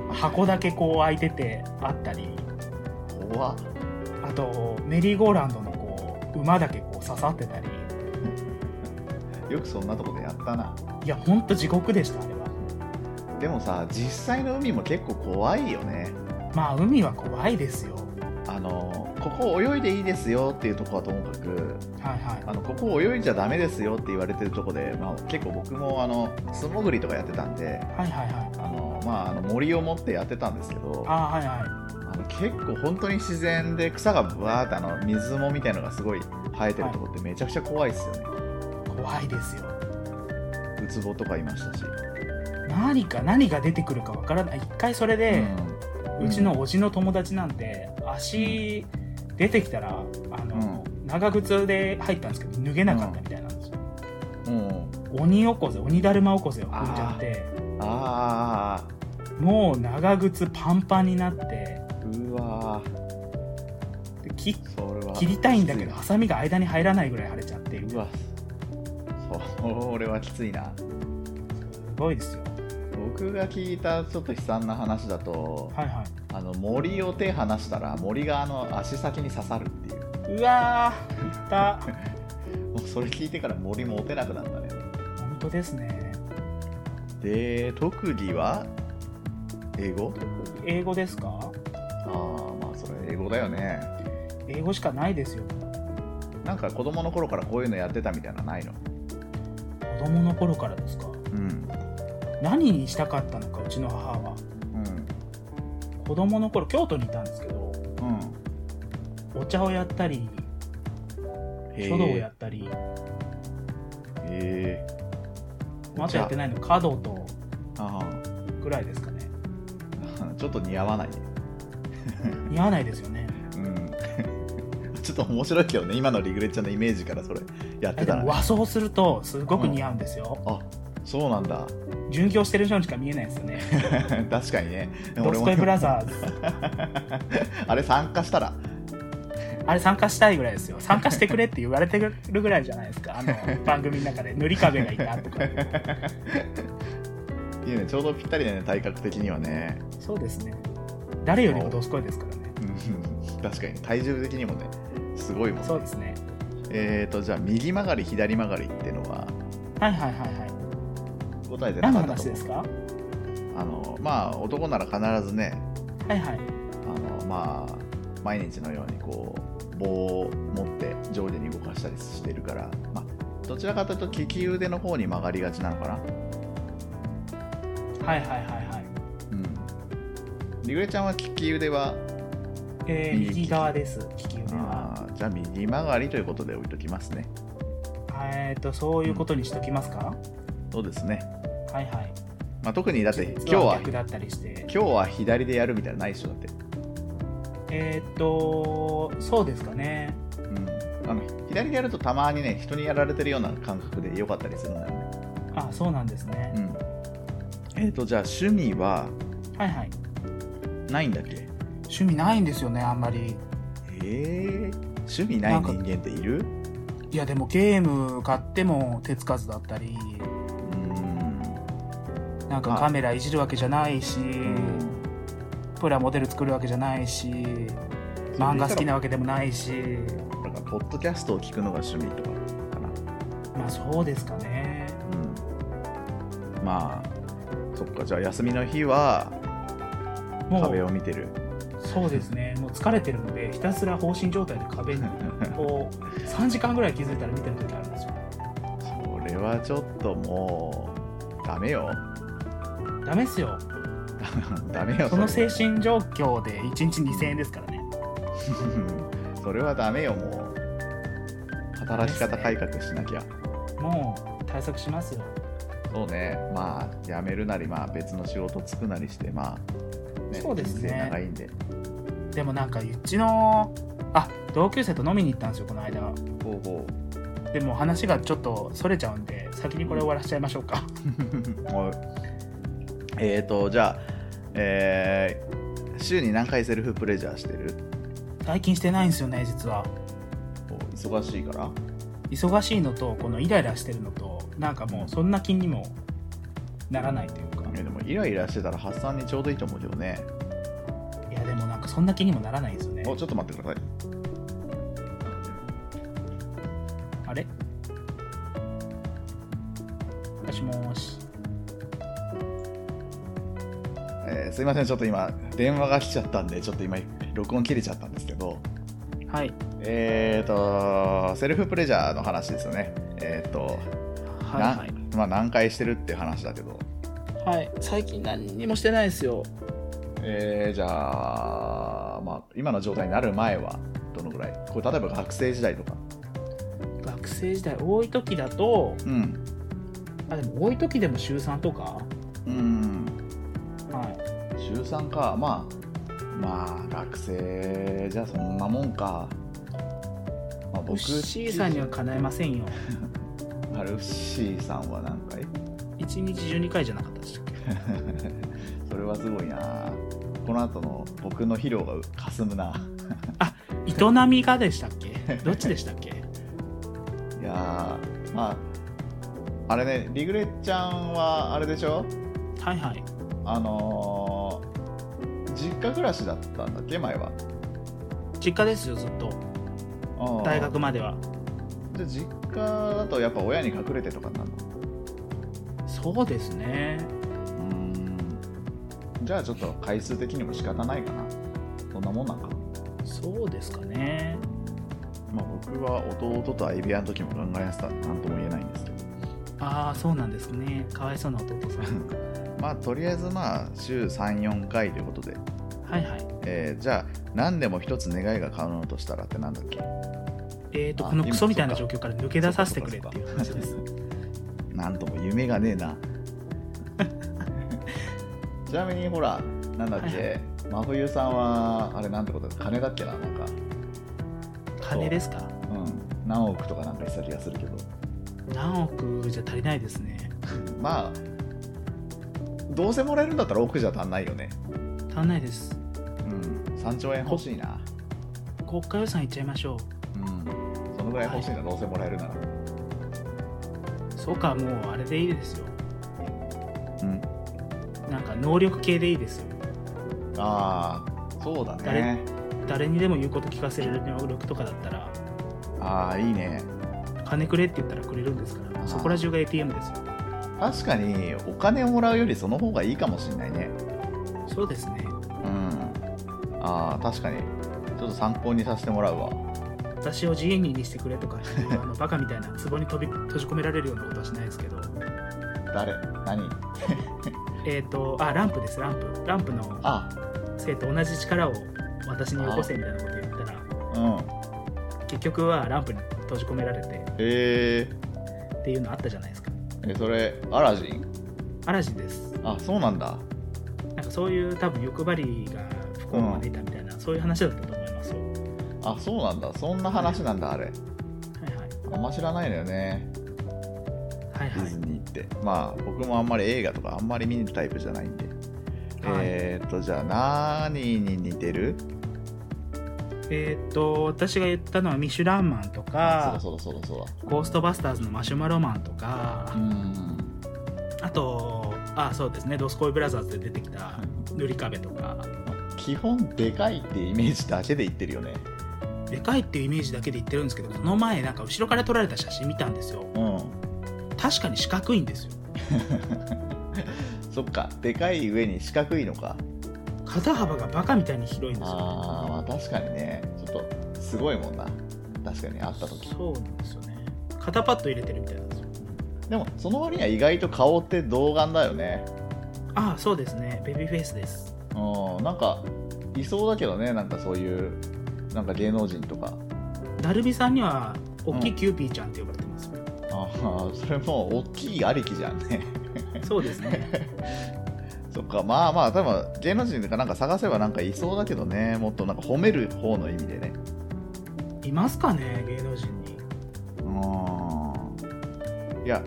Speaker 4: う箱だけこう開いててあったり
Speaker 1: 怖っ
Speaker 4: あとメリーゴーランドのこう馬だけこう刺さってたり
Speaker 1: よくそんなとこでやったない
Speaker 4: やほんと地獄でしたあれは
Speaker 1: でもさ実際の海も結構怖いよね
Speaker 4: まあ海は怖いですよ
Speaker 1: あのここ泳いでいいですよっていうとこはともかく
Speaker 4: はいは
Speaker 1: あのここ泳いじゃダメですよって言われてるとこで、まあ、結構僕もあの素潜りとかやってたんで
Speaker 4: いはいはいはい
Speaker 1: あの、まあ、あの森を持ってやってたんですけどあ
Speaker 4: あーはいは
Speaker 1: の結構本当に自然で草がぶわーってあの水もみたいのがすごい生えてるとこってめちゃくちゃ怖いですよね、
Speaker 4: い怖いですよ
Speaker 1: ウツボとかいましたし、
Speaker 4: 何か何が出てくるかわからない一回それで、う
Speaker 1: うん
Speaker 4: ちのおじの友達なんて足出てきたらあの、長靴で入ったんですけど脱げなかったみたいなんですよ、
Speaker 1: うんうん
Speaker 4: 鬼おこぜ鬼だるまおこぜを踏んじゃって
Speaker 1: あ
Speaker 4: もう長靴パンパンになって
Speaker 1: ーうわー
Speaker 4: でき
Speaker 1: それは
Speaker 4: 切りたいんだけど
Speaker 1: き
Speaker 4: ハサミが間に入らないぐらい腫れちゃって
Speaker 1: つい
Speaker 4: る
Speaker 1: なうわ それはきついな
Speaker 4: すごいですよ
Speaker 1: 僕が聞いたちょっと悲惨な話だと、
Speaker 4: はいは
Speaker 1: あの森を手離したら森があの足先に刺さるっていう
Speaker 4: いうわーいった
Speaker 1: もうそれ聞いてから森持てなくなったね
Speaker 4: 本当ですね
Speaker 1: で特技は英語
Speaker 4: 英語ですか
Speaker 1: ああまあそれ英語だよね
Speaker 4: 英語しかないですよ
Speaker 1: なんか子供の頃からこういうのやってたみたいなのないの
Speaker 4: 子供の頃からですか
Speaker 1: うん
Speaker 4: 何にしたかったのかうちの母は
Speaker 1: うん
Speaker 4: 子供の頃京都にいたんですけど
Speaker 1: うん
Speaker 4: お茶をやったり書道をやったり、
Speaker 1: へえ
Speaker 4: まだやってないの華道と
Speaker 1: あ
Speaker 4: ぐらいですかね
Speaker 1: あ ちょっと似合わないね
Speaker 4: 似合わないですよね
Speaker 1: うん ちょっと面白いけどね今のリグレッちゃんのイメージからそれやっ
Speaker 4: え
Speaker 1: て
Speaker 4: で
Speaker 1: たら
Speaker 4: も
Speaker 1: ね
Speaker 4: 和装するとすごく似合うんですよ、
Speaker 1: あそうなんだ
Speaker 4: 巡業してる人にしか見えないですよ ね。
Speaker 1: 確かにね
Speaker 4: ドスコイブラザー ズ。
Speaker 1: あれ参加したら
Speaker 4: あれ参加したいぐらいですよ。参加してくれって言われてるぐらいじゃないですか。あの番組の中で塗り壁がいたとか。
Speaker 1: いいねちょうどぴったりだね体格的にはね
Speaker 4: そうですね。誰よりもドスコイですからね。
Speaker 1: うん 確かに体重的にもねすごいもん
Speaker 4: そうですね。
Speaker 1: えーとじゃあ右曲がり左曲がりっていうのは
Speaker 4: はいはいはいはい。
Speaker 1: 答えてな
Speaker 4: 何の
Speaker 1: かった
Speaker 4: 話
Speaker 1: と
Speaker 4: ですか
Speaker 1: あのまあ男なら必ずね
Speaker 4: はいはい。
Speaker 1: あのまあ毎日のようにこう棒を持って上下に動かしたりしてるから、まあ、どちらかというと利き腕の方に曲がりがちなのかな
Speaker 4: はいはいはいはい。
Speaker 1: うんリグレちゃんは利き腕は
Speaker 4: えー、
Speaker 1: 右利き
Speaker 4: 右側です。利き腕は。
Speaker 1: あーじゃあ右曲がりということで置いときますね
Speaker 4: えっと、そういうことにしときますか、
Speaker 1: そうですね、
Speaker 4: はいはい。
Speaker 1: まあ、特にだって今
Speaker 4: 実
Speaker 1: 日は
Speaker 4: 逆だったりして。
Speaker 1: 今日は左でやるみたいなのないでしょだって、
Speaker 4: えっと、そうですかね。
Speaker 1: うん、あの左でやるとたまにね人にやられてるような感覚で良かったりするんだよね、
Speaker 4: あ、そうなんですね
Speaker 1: う。ん、えっ、とじゃあ趣味は
Speaker 4: はいはい。
Speaker 1: ないんだっけ
Speaker 5: 趣味ないんですよねあんまり
Speaker 1: えー、趣味ない人間っている
Speaker 5: いやでもゲーム買っても手つかずだったり
Speaker 1: うん
Speaker 5: なん
Speaker 1: ま
Speaker 5: か
Speaker 1: あ
Speaker 5: カメラいじるわけじゃないし、プラモデル作るわけじゃないし漫画好きなわけでもないし
Speaker 1: だからポッドキャストを聞くのが趣味とかかな
Speaker 4: まあそうですかね。
Speaker 1: うんまあそっかじゃあ休みの日は
Speaker 4: もう
Speaker 1: 壁を見てる
Speaker 4: そうですね、もう疲れてるので、ひたすら放心状態で壁に こう3時間ぐらい気づいたら見てる時あるんですよ。
Speaker 1: それはちょっともうダメよ
Speaker 4: ダメっすよ、
Speaker 1: ダメよ
Speaker 4: その
Speaker 1: それ
Speaker 4: 精神状況で1日2000円ですからね。
Speaker 1: うんそれはダメよもう働き方改革しなきゃ、
Speaker 4: もう対策しますよ。
Speaker 1: そうねまあ辞めるなりまあ別の仕事つくなりしてまあ、ね
Speaker 4: そうです
Speaker 1: 人
Speaker 4: ね
Speaker 1: 生長いんで
Speaker 5: でもなんか
Speaker 4: うちのあ同級生と飲みに行ったんですよ、この間。
Speaker 1: ほうほ
Speaker 4: でも話がちょっとそれちゃうんで、先にこれ終わらせちゃいましょう か。
Speaker 1: うはいえーとじゃあえー週に何回セルフプレジャーしてる
Speaker 5: 最近してないんですよね実は
Speaker 1: お忙しいから
Speaker 4: 忙しいのと、このイライラしてるのと、なんかもうそんな気にもならないというか、
Speaker 1: えでもイライラしてたら発散にちょうどいいと思うけどね
Speaker 4: いや、でもなんかそんな気にもならないですよね。
Speaker 1: おちょっと待ってください
Speaker 4: あれもしもーし。
Speaker 1: えーすいません、ちょっと今、電話が来ちゃったんで、ちょっと今、録音切れちゃったんですけど、
Speaker 5: はい
Speaker 1: えっ、と、セルフプレジャーの話ですよね。えっ、と、
Speaker 5: はいはい
Speaker 1: なまあ、何回してるって話だけど、
Speaker 5: はい最近何にもしてないですよ
Speaker 1: えーじゃあ、まあ、今の状態になる前は、どのぐらいこれ、例えば学生時代とか。
Speaker 5: 学生時代多い時だと
Speaker 1: うん。
Speaker 5: あでも多い時でも週3とか
Speaker 1: うん。
Speaker 5: はい
Speaker 1: 週3か。まあ、まあ、学生じゃそんなもんか。まあ、僕、
Speaker 5: C さんには叶えませんよ
Speaker 1: あれウッシーさんは何回
Speaker 5: 1日12回じゃなかったでしたっけ
Speaker 1: それはすごいなこの後の僕の疲労が霞むな
Speaker 5: 営みがでしたっ けどっちでしたっけ
Speaker 1: いやーまああれねリグレちゃんはあれでしょ
Speaker 5: はいはい
Speaker 1: あのー実家暮らしだったんだっけ前は
Speaker 5: 実家ですよずっと
Speaker 1: あー
Speaker 5: 大学までは
Speaker 1: じゃあ実家だとやっぱ親に隠れてとかになるの
Speaker 5: そうですね
Speaker 1: うーんじゃあちょっと回数的にも仕方ないかなそんなもんなんか
Speaker 5: そうですかね
Speaker 1: まあ僕は弟と相部屋の時も考えやすさなんとも言えないんですけど
Speaker 5: ああそうなんですねかわいそうな弟さ ん
Speaker 1: まあとりあえずまあ週34回ということで
Speaker 5: はいはい
Speaker 1: えーじゃあ何でも一つ願いが叶うとしたらってなんだっけ
Speaker 5: えーと
Speaker 1: あ
Speaker 5: このクソみたいな
Speaker 1: そ
Speaker 5: 状
Speaker 1: っ
Speaker 5: 況から抜け出させてくれっていう話です
Speaker 1: なんとも夢がねえなちなみにほらなんだっけ、
Speaker 5: はい
Speaker 1: 真冬さんはあれなんてことだ金だっけななんか
Speaker 5: 金ですか
Speaker 1: うん何億とかなんか言ってた気がするけど
Speaker 4: 何億じゃ足りないですね
Speaker 1: まあどうせもらえるんだったら奥じゃ足んないよね
Speaker 4: 足んないです
Speaker 1: うん3兆円欲しいな
Speaker 4: 国家予算いっちゃいましょ
Speaker 1: うんそのぐらい欲しいなどうせもらえるなら
Speaker 4: うそうかもうあれでいいですよ
Speaker 1: うん
Speaker 4: なんか能力系でいいですよ
Speaker 1: ああそうだね
Speaker 4: 誰にでも言うこと聞かせる能力とかだったら
Speaker 1: ああいいね
Speaker 4: 金くれって言ったらくれるんですからそこら中が ATM ですよ
Speaker 1: 確かにお金をもらうよりその方がいいかもしんないね
Speaker 4: そうですね
Speaker 1: うんああ確かにちょっと参考にさせてもらうわ
Speaker 4: 私を自由ににしてくれとかあのバカみたいな壺に飛び閉じ込められるようなことはしないですけど
Speaker 1: 誰何
Speaker 4: えっ、とあランプですランプランプの
Speaker 1: あ
Speaker 4: 生と同じ力を私によこせみたいなこと言ったら
Speaker 1: うん
Speaker 4: 結局はランプに閉じ込められて
Speaker 1: えー、
Speaker 4: っていうのあったじゃないですか
Speaker 1: えそれアラジン
Speaker 4: アラジンです
Speaker 1: あそうなんだ
Speaker 4: なんかそういう多分欲張りが不幸を招いたみたいな、そういう話だったと思いますよ
Speaker 1: あそうなんだそんな話なんだあれ
Speaker 4: はいはい
Speaker 1: あんま知らないのよね
Speaker 4: はい
Speaker 1: デ
Speaker 4: は
Speaker 1: ィズ
Speaker 4: い
Speaker 1: ニーって、まあ僕もあんまり映画とかあんまり見るタイプじゃないんで、
Speaker 4: はい
Speaker 1: えー、っとじゃあ何に似てる
Speaker 4: えーっと私が言ったのは「ミシュランマン」とか
Speaker 1: そうだそうだそうだそう
Speaker 4: 「ゴーストバスターズ」の「マシュマロマン」とか
Speaker 1: だう、ん
Speaker 4: あとあそうですね「ドスコイブラザーズ」で出てきた「塗り壁」とか
Speaker 1: 基本でかいってイメージだけで言ってるよね
Speaker 4: でかいっていうイメージだけで言ってるんですけどその前なんか後ろから撮られた写真見たんですよ
Speaker 1: うん
Speaker 4: 確かに四角いんですよ
Speaker 1: そっかでかい上に四角いのか
Speaker 4: 肩幅がバカみたいに広いんですよ
Speaker 1: あーまあ確かにねちょっとすごいもんな確かに会った時
Speaker 4: そうなんですよね肩パッド入れてるみたいなんですよ
Speaker 1: でもその割には意外と顔って童顔だよね
Speaker 4: ああそうですねベビーフェイスです
Speaker 1: うんなんかいそうだけどねなんかそういうなんか芸能人とか
Speaker 4: ダルビさんには大きいキューピーちゃんって呼ばれてます、
Speaker 1: ああそれもう大きいありきじゃんね
Speaker 4: そうですね
Speaker 1: そっかまあまあ多分芸能人とかなんか探せばなんかいそうだけどねもっとなんか褒める方の意味でね
Speaker 4: いますかね芸能人に
Speaker 1: うんいや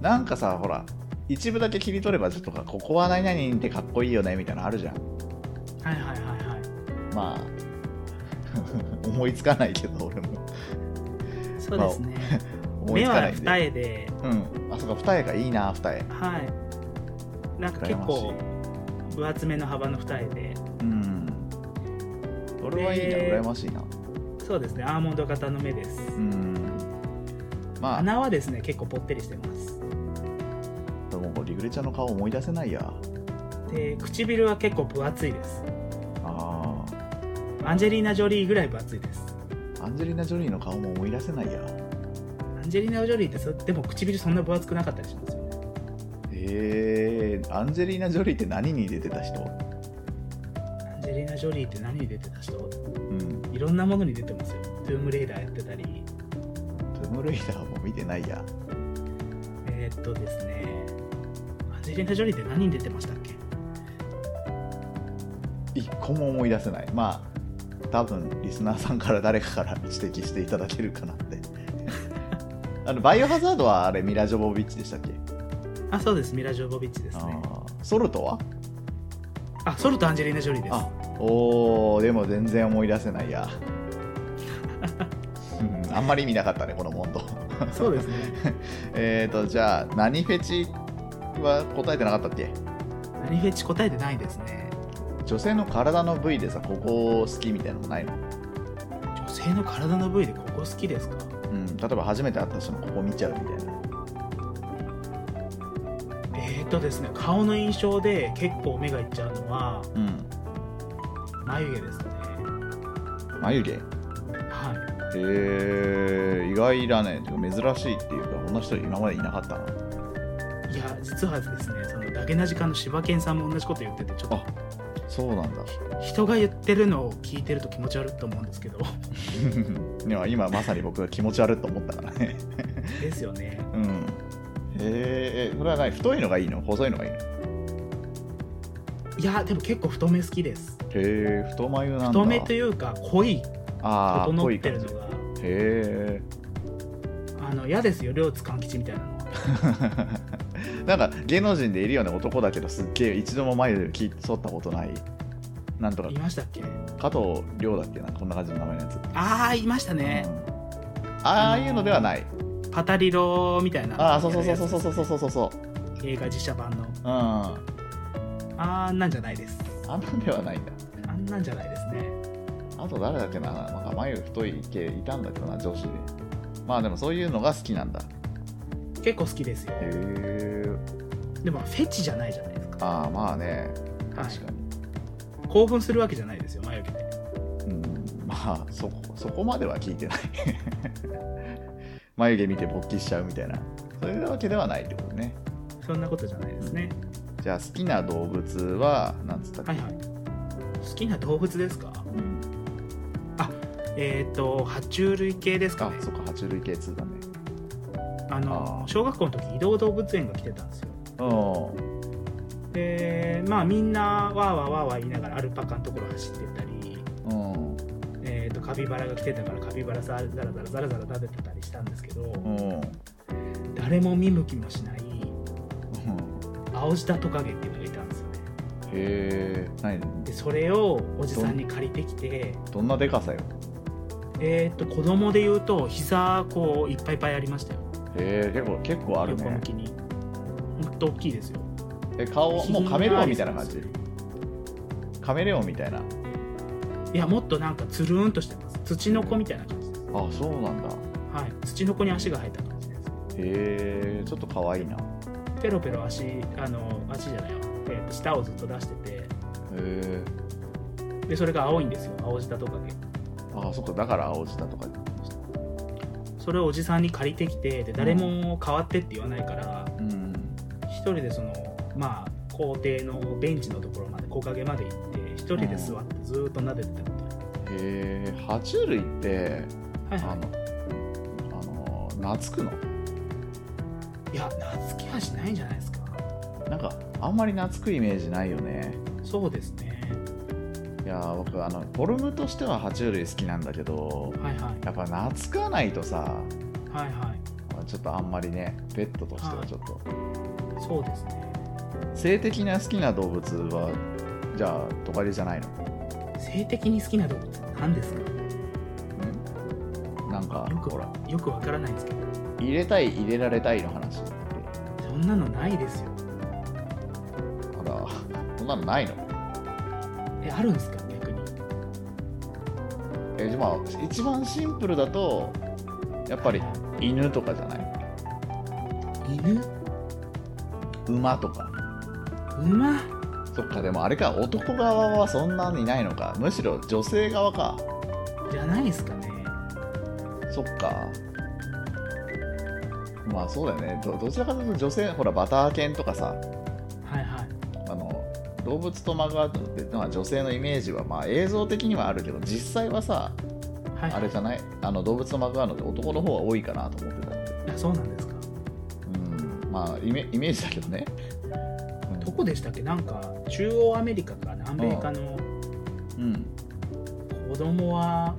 Speaker 1: なんかさほら一部だけ切り取ればちょっとかここは何々ってかっこいいよねみたいなのあるじゃん
Speaker 4: はいはいはいはい
Speaker 1: まあ 思いつかないけど俺も
Speaker 4: そうですね、
Speaker 1: 思い
Speaker 4: 目
Speaker 1: つかな
Speaker 4: はい
Speaker 1: んで
Speaker 4: 二重で
Speaker 1: うんあそこ二重がいいな二重
Speaker 4: はいなんか結構分厚めの幅の二重で
Speaker 1: うんそれはいいな
Speaker 4: で
Speaker 1: 羨ましいな
Speaker 4: そうですねアーモンド型の目です、
Speaker 1: うんまあ
Speaker 4: 鼻はですね結構ぽってりしてます
Speaker 1: でもリグレちゃんの顔思い出せないや
Speaker 4: で唇は結構分厚いです
Speaker 1: あ
Speaker 4: アンジェリーナ・ジョリーぐらい分厚いです
Speaker 1: ーアンジェリーナ・ジョリーの顔も思い出せないや
Speaker 4: アンジェリーナ・ジョリーってそでも唇そんな分厚くなかったりしますよね
Speaker 1: えー、アンジェリーナ・ジョリーって何に出てた人
Speaker 4: アンジェリーナ・ジョリーって何に出てた人
Speaker 1: うん
Speaker 4: いろんなものに出てますよトゥームレイダーやってたり
Speaker 1: トゥムレイダーも見てないや
Speaker 4: えー、っとですねアンジェリーナ・ジョリーって何に出てましたっけ
Speaker 1: 一個も思い出せないまあ多分リスナーさんから誰かから指摘していただけるかなって あのバイオハザードはあれミラ・ジョボビッチでしたっけ、
Speaker 4: あそうですミラ・ジョボビッチです
Speaker 1: あ
Speaker 4: ね
Speaker 1: ーソルトは
Speaker 4: あソルト・アンジェリーナ・ジョリーです
Speaker 1: あおーでも全然思い出せない や、うん、あんまり意味なかったねこの問答
Speaker 4: そうですね
Speaker 1: えーとじゃあ何フェチは答えてなかったっけ
Speaker 4: 何フェチ答えてないですね
Speaker 1: 女性の体の部位でさここ好きみたいなのもないの、
Speaker 4: 女性の体の部位でここ好きですか
Speaker 1: うん、例えば初めて会った人のここ見ちゃうみたいな
Speaker 4: えー、っとですね顔の印象で結構目がいっちゃうのは
Speaker 1: うん
Speaker 4: 眉毛ですね
Speaker 1: 眉毛
Speaker 4: は
Speaker 1: えー、意外だねてか珍しいっていうかこんな人今までいなかったない
Speaker 4: いや実はですねそのダゲな時間の柴犬さんも同じこと言っててちょっと
Speaker 1: そうなんだ
Speaker 4: 人が言ってるのを聞いてると気持ち悪いと思うんで すけど
Speaker 1: でも今まさに僕が気持ち悪いと思ったからね
Speaker 4: ですよね
Speaker 1: うんえー、それは何太いのがいいの細いのがいいのへ
Speaker 4: いやでも結構太め好きです
Speaker 1: え太眉なんだ
Speaker 4: 太めというか濃い
Speaker 1: ああ
Speaker 4: 整ってるのが
Speaker 1: へえ
Speaker 4: あの嫌ですよ両津勘吉みたいなのは
Speaker 1: なんか芸能人でいるような男だけどすっげえ一度も眉毛切剃ったことないなんとか
Speaker 4: いましたっけ
Speaker 1: 加藤亮だっけなこんな感じの名前のやつ
Speaker 4: ああいましたね
Speaker 1: うんああいうのではない
Speaker 4: パタリロみたいな
Speaker 1: ああそうそうそうそうそうそうそうそうそう
Speaker 4: 映画実写版の
Speaker 1: うんあ
Speaker 4: あんなんじゃないです
Speaker 1: んなんではないんだ
Speaker 4: あんなんじゃないですね
Speaker 1: あと誰だっけななんか眉太い系いたんだけどな女子でまあでもそういうのが好きなんだへ
Speaker 4: 結構好きですよ
Speaker 1: え
Speaker 4: でもフェチじゃないじゃないですか
Speaker 1: ああまあね
Speaker 4: はい
Speaker 1: 確かに、
Speaker 4: 興奮するわけじゃないですよ眉毛で
Speaker 1: うんまあそこそこまでは聞いて ない眉毛見て勃起しちゃうみたいなそういうわけではないってことね
Speaker 4: そんなことじゃないですね
Speaker 1: じゃあ好きな動物はなんつったっけ、
Speaker 4: はいはい好きな動物ですか
Speaker 1: うん
Speaker 4: えっ、と爬虫類系ですか
Speaker 1: あ
Speaker 4: ね
Speaker 1: そっか爬虫類系2だね
Speaker 4: あの
Speaker 1: あー
Speaker 4: 小学校の時移動動物園が来てたんですよ
Speaker 1: うん
Speaker 4: でまあみんなわーわーわーわー言いながらアルパカのところ走ってったり、
Speaker 1: うん
Speaker 4: えー、とカピバラが来てたからカピバラさザラザラザラザラ食べてたりしたんですけど、
Speaker 1: うん
Speaker 4: 誰も見向きもしない
Speaker 1: うん
Speaker 4: アオジタトカゲっていうのがいたんですよね
Speaker 1: へえ何
Speaker 4: でそれをおじさんに借りてきて
Speaker 1: どんなでかさよ
Speaker 4: えっ、と子供で言うと膝こういっぱいいっぱいありましたよ
Speaker 1: へえ結構結構ある
Speaker 4: 横向
Speaker 1: ね
Speaker 4: きにほんと大きいですよ
Speaker 1: え顔もうカメレオンみたいな感じカメレオンみたいない
Speaker 4: やもっとなんかつるんとしてます土の子みたいな感じです
Speaker 1: あそうなんだ
Speaker 4: はい土の子に足が生えた感じです
Speaker 1: へえちょっとかわいいなへ
Speaker 4: ペロペロ足あの足じゃないよ、えーと舌をずっと出して
Speaker 1: え
Speaker 4: てでそれが青いんですよ青舌トカゲ
Speaker 1: あそっかだから青舌とか
Speaker 4: それをおじさんに借りてきてで誰も変わってって言わないから
Speaker 1: うん
Speaker 4: 一人でそのまあ校庭のベンチのところまで木陰まで行って一人で座ってずーっと撫でてたこと
Speaker 1: へえ爬虫類って
Speaker 4: はい
Speaker 1: あ
Speaker 4: は
Speaker 1: のあの懐くの
Speaker 4: いいや懐きはしないんじゃないですか
Speaker 1: なんかあんまり懐くイメージないよね
Speaker 4: そうですね
Speaker 1: いやー僕あのフォルムとしては爬虫類好きなんだけど
Speaker 4: はいはい
Speaker 1: やっぱ懐かないとさ
Speaker 4: はいはい
Speaker 1: ちょっとあんまりねペットとしてはちょっと
Speaker 4: そうですね
Speaker 1: 性的な好きな動物はじゃあトカゲじゃないの
Speaker 4: 性的に好きな動物何ですか
Speaker 1: なんか
Speaker 4: よく
Speaker 1: ほら
Speaker 4: よくわからないんですけど
Speaker 1: 入れたい入れられたいの話って
Speaker 4: そんなのないですよ
Speaker 1: あらそんなのないの
Speaker 4: えあるんですか逆に
Speaker 1: えじゃあまあ一番シンプルだとやっぱり犬とかじゃない
Speaker 4: 犬
Speaker 1: 馬とか
Speaker 4: 馬
Speaker 1: そっかでもあれか男側はそんなにないのかむしろ女性側か
Speaker 4: じゃないですかね
Speaker 1: そっかまあそうだよねどどちらかというと女性ほらバター犬とかさ
Speaker 4: はいはい
Speaker 1: あの動物とマグワットってのは女性のイメージはまあ映像的にはあるけど実際はさ
Speaker 4: はい
Speaker 1: あれじゃないあの動物とマグワットって男の方が多いかなと思ってたので
Speaker 4: あそうなんですか
Speaker 1: うんまあイメイメージだけどね
Speaker 4: どこでしたっけなんか中央アメリカか南米かの
Speaker 1: うん
Speaker 4: 子供は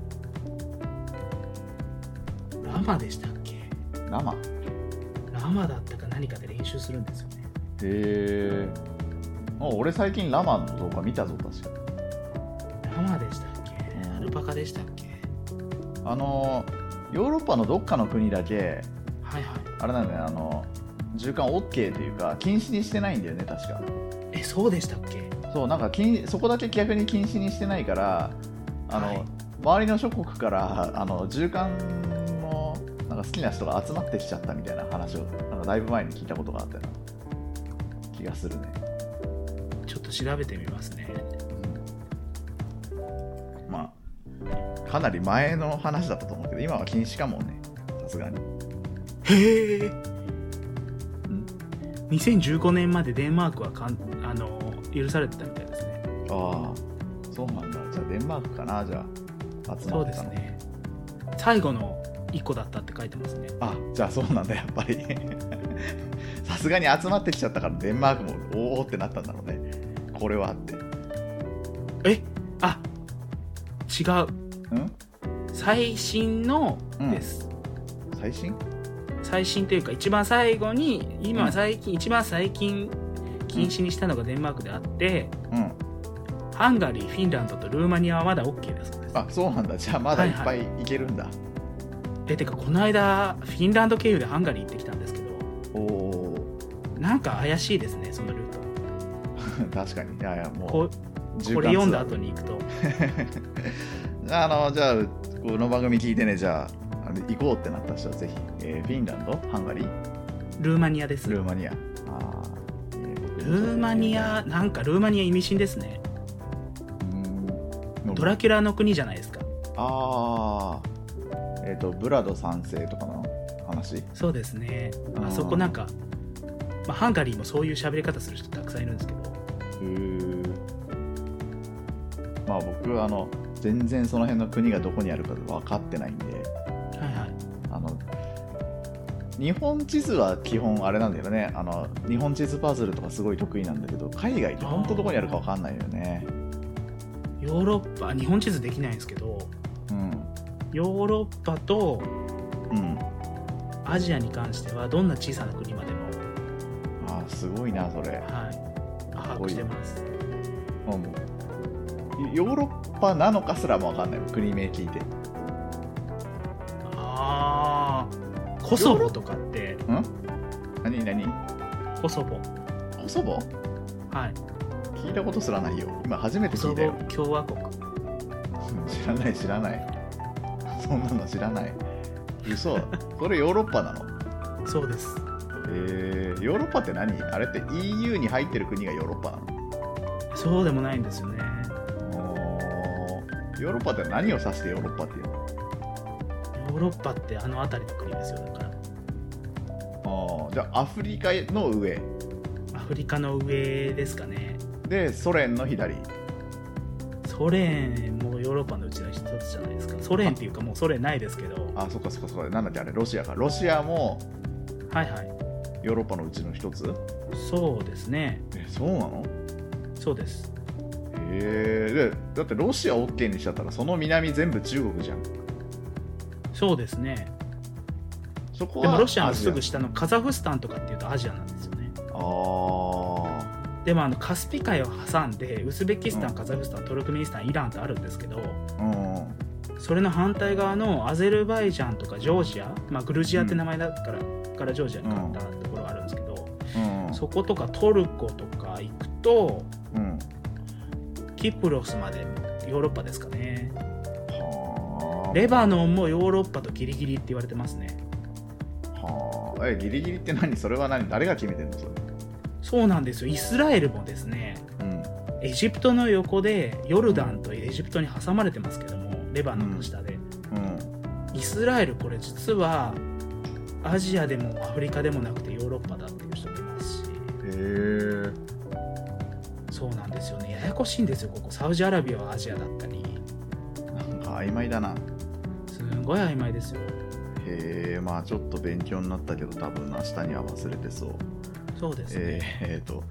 Speaker 4: ラマでしたっけ
Speaker 1: 生へ
Speaker 4: ラマだったか何かで練習するんですよね
Speaker 1: え俺最近ラマの動画見たぞ確か
Speaker 4: ラマでしたっけアルパカでしたっけ
Speaker 1: あのヨーロッパのどっかの国だけ
Speaker 4: はいはい
Speaker 1: あれなんだよねあの循環 OK というか禁止にしてないんだよね確か
Speaker 4: えそうでしたっけ
Speaker 1: そうなんか禁そこだけ逆に禁止にしてないからあの、
Speaker 4: はい
Speaker 1: 周りの諸国からあの循環のなんか好きな人が集まってきちゃったみたいな話をなんかだいぶ前に聞いたことがあったような気がするね、
Speaker 4: ちょっと調べてみますね
Speaker 1: うんまあかなり前の話だったと思うけど今は禁止かもねさすがに
Speaker 4: へえ2015年までデンマークはかんあの許されてたみたいですね
Speaker 1: ああそうなんだじゃあデンマークかなじゃあ集ま
Speaker 4: そう
Speaker 1: って
Speaker 4: で
Speaker 1: た
Speaker 4: す
Speaker 1: の
Speaker 4: ね最後の1個だったって書いてますね
Speaker 1: あじゃあそうなんだやっぱり さすがに集まってきちゃったからデンマークもおおってなったんだろうねこれはってん
Speaker 4: えあ違う最新のです、
Speaker 1: 最新
Speaker 4: 最新というか一番最後に
Speaker 1: うん
Speaker 4: 今最近、一番最近禁止にしたのがデンマークであって、
Speaker 1: うん。
Speaker 4: ハンガリーフィンランドとルーマニアはまだ OK だそうです。
Speaker 1: あ、そうなんだ。じゃあまだいっぱいいけるんだ。
Speaker 4: えてかこの間フィンランド経由でハンガリー行ってきたんですけど
Speaker 1: おお
Speaker 4: なんか怪しいですねそのルート
Speaker 1: ー。 確かに。いやいや、もう。
Speaker 4: ここれ読んだ後に行くと
Speaker 1: あのじゃあこの番組聞いてねじゃああの行こうってなった人はぜひ、えーフィンランドハンガリー
Speaker 4: ルーマニアです
Speaker 1: ルー
Speaker 4: ル
Speaker 1: マニアあー、え僕
Speaker 4: ーマニアなんかルーマニア意味深ですね
Speaker 1: うん
Speaker 4: ドラキュラの国じゃないですか
Speaker 1: ああえっ、とブラド三世とかの話
Speaker 4: そうですね
Speaker 1: あー
Speaker 4: あそこなんか、まあ、ハンガリーもそういう喋り方する人たくさんいるんですけど
Speaker 1: うーまあ僕はあの全然その辺の国がどこにあるか分かってないんで
Speaker 4: はいはい
Speaker 1: あの日本地図は基本あれなんだよねあの日本地図パズルとかすごい得意なんだけど海外って本当どこにあるか分かんないよね
Speaker 4: ヨーロッパ日本地図できないんですけど
Speaker 1: うん
Speaker 4: ヨーロッパと
Speaker 1: うん
Speaker 4: アジアに関してはどんな小さな国までも、
Speaker 1: あーすごいなそれ
Speaker 4: はい、把
Speaker 1: すご
Speaker 4: 握
Speaker 1: い
Speaker 4: してます
Speaker 1: もうもうヨーロッパなのかすらも分かんない国名聞いて
Speaker 4: ああコソボとかって
Speaker 1: 何何
Speaker 4: コソボ
Speaker 1: コソボ
Speaker 4: はい
Speaker 1: 聞いたことすらないよ今初めて
Speaker 4: コ
Speaker 1: 聞
Speaker 4: ソ
Speaker 1: いた
Speaker 4: ボ
Speaker 1: よ
Speaker 4: 共和国
Speaker 1: 知らない知らないそんなの知らない嘘それヨーロッパなの
Speaker 4: そうです
Speaker 1: えー、ヨーロッパって何あれって EU に入ってる国がヨーロッパなの
Speaker 4: そうでもないんですよね
Speaker 1: おーヨーロッパって何を指してヨーロッパっていうの
Speaker 4: ヨーロッパってあの辺りの国ですよだから
Speaker 1: あーじゃあアフリカの上
Speaker 4: アフリカの上ですかね
Speaker 1: でソ連の左
Speaker 4: ソ連もヨーロッパのうちの一つじゃないですかソ連っていうかもうソ連ないですけど
Speaker 1: あそっかそっかそっかなんだっけあれロシアかロシアも
Speaker 4: はいはい
Speaker 1: ヨーロッパのうちの一つ
Speaker 4: そうですね
Speaker 1: えそうなの
Speaker 4: そうです
Speaker 1: へえでだってロシア OK にしちゃったらその南全部中国じゃん
Speaker 4: そうですね
Speaker 1: そこ
Speaker 4: で
Speaker 1: は
Speaker 4: もロシアのす
Speaker 1: ア
Speaker 4: ぐ
Speaker 1: ジ
Speaker 4: 下のカザフスタンとかっていうとアジアなんですよね
Speaker 1: アあ
Speaker 4: でもあのカスピ海を挟んでウスベキスタン、
Speaker 1: うん
Speaker 4: カザフスタントルクメニスタンイランってあるんですけど
Speaker 1: ーうんうん
Speaker 4: それの反対側のアゼルバイジャンとかジョージア、まあ、グルジアって名前だから,、からジョージアに変わったところがあるんですけど、
Speaker 1: うん
Speaker 4: そことかトルコとか行くと
Speaker 1: うん
Speaker 4: キプロスまでヨーロッパですかね
Speaker 1: は
Speaker 4: レバノンもヨーロッパとギリギリって言われてますね
Speaker 1: あはあえギリギリって何それは何誰が決めてんのそれ
Speaker 4: そうなんですよイスラエルもですね
Speaker 1: うん
Speaker 4: エジプトの横でヨルダンとエジプトに挟まれてますけどもレバノンの下で、
Speaker 1: うん
Speaker 4: イスラエルこれ実はアジアでもアフリカでもなくてヨーロッパだっていう人もいますし
Speaker 1: へえ
Speaker 4: そうなんですよねややこしいんですよここサウジアラビアはアジアだったり
Speaker 1: なんか曖昧だな
Speaker 4: すんごい曖昧ですよ
Speaker 1: へえまあちょっと勉強になったけど多分明日には忘れてそう
Speaker 4: そうです
Speaker 1: え
Speaker 4: ね、
Speaker 1: ー、えーと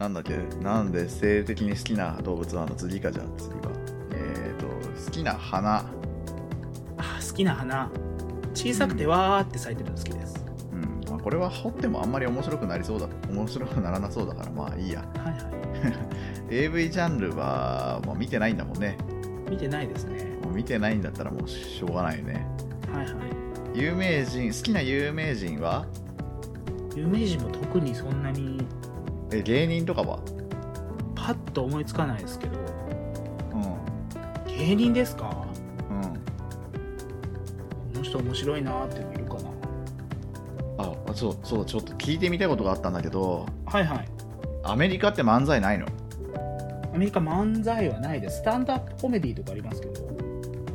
Speaker 1: なんだっけなんで性的に好きな動物なの次かじゃあ次はえー、と好きな花
Speaker 4: あ好きな花小さくてわーって咲いてるの好きです、
Speaker 1: うん、まあ、これは掘ってもあんまり面白くなりそうだ面白くならなそうだからまあいいや
Speaker 4: はいは
Speaker 1: AV ジャンルは、まあ、見てないんだもんね
Speaker 4: い見てないですね
Speaker 1: もう見てないんだったらもうしょうがないよね
Speaker 4: はいはい
Speaker 1: 有名人好きな有名人は
Speaker 4: 有名人も特にそんなに
Speaker 1: え芸人とかは
Speaker 4: パッと思いつかないですけど
Speaker 1: う
Speaker 4: 芸人ですか
Speaker 1: んうん
Speaker 4: この人面白いなーっていうのいるかな
Speaker 1: ああそうそうちょっと聞いてみたいことがあったんだけど
Speaker 4: はいはい
Speaker 1: アメリカって漫才ないの
Speaker 4: アメリカ漫才はないですスタンドアップコメディとかありますけど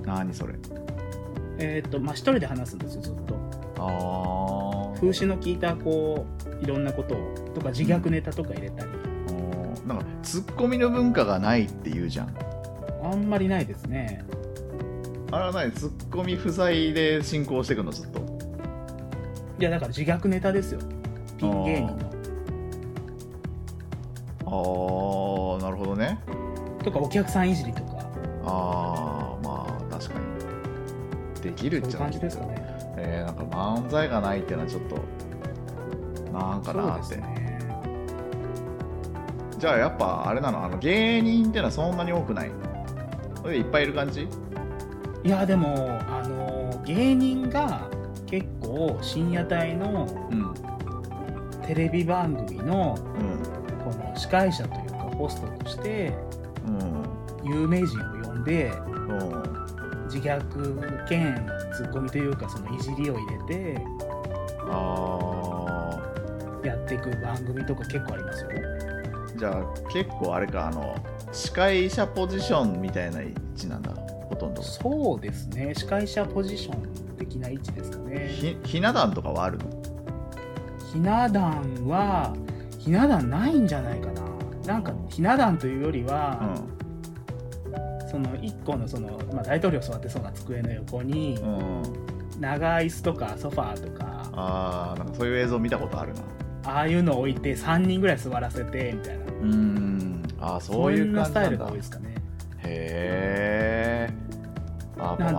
Speaker 1: 何それ
Speaker 4: えっ、とまあ一人で話すんですよずっと
Speaker 1: ああ
Speaker 4: 風刺の効いたこういろんなことをとか自虐ネタとか入れたり、
Speaker 1: うんなんかツッコミの文化がないって言うじゃん
Speaker 4: あんまりないですね
Speaker 1: あれは何ツッコミ不在で進行していくのずっと
Speaker 4: いやだから自虐ネタですよピン芸人の
Speaker 1: ああなるほどね
Speaker 4: とかお客さんいじりとか
Speaker 1: ああまあ確かにできる
Speaker 4: そう
Speaker 1: っ
Speaker 4: い
Speaker 1: ち
Speaker 4: う
Speaker 1: ゃ
Speaker 4: 感じですかね
Speaker 1: ええー、なんか漫才がないっていうのはちょっとなんかなーって、
Speaker 5: ね
Speaker 1: じゃあやっぱあれなのあの芸人ってのはそんなに多くないそれでいっぱいいる感じ
Speaker 4: いやでもあの芸人が結構深夜帯の
Speaker 1: うん
Speaker 4: テレビ番組の
Speaker 1: うん
Speaker 4: この司会者というかホストとして
Speaker 1: うん
Speaker 4: 有名人を呼んで
Speaker 1: うん
Speaker 4: 自虐兼ツッコミというかそのいじりを入れて
Speaker 1: あ
Speaker 4: やっていく番組とか結構ありますよ。
Speaker 1: ーじゃあ結構あれかあの司会者ポジションみたいな位置なんだほとんど
Speaker 4: そうですね司会者ポジション的な位置ですかね。
Speaker 1: ひひな壇とかはあるの
Speaker 4: ひな壇はひな壇ないんじゃないかな。なんかひな壇というよりは、その1個のその、まあ、大統領座ってそうな机の横に
Speaker 1: うんうん
Speaker 4: 長い椅子とかソファーとか
Speaker 1: あーなんかそういう映像見たことあるな
Speaker 4: ああいうのを置いて3人ぐらい座らせてみたいな
Speaker 1: うーんあーそういう感じ
Speaker 4: そんなスタ
Speaker 1: な
Speaker 4: イル
Speaker 1: ん
Speaker 4: が
Speaker 1: だ
Speaker 4: 多いですかね
Speaker 1: へえ
Speaker 4: なん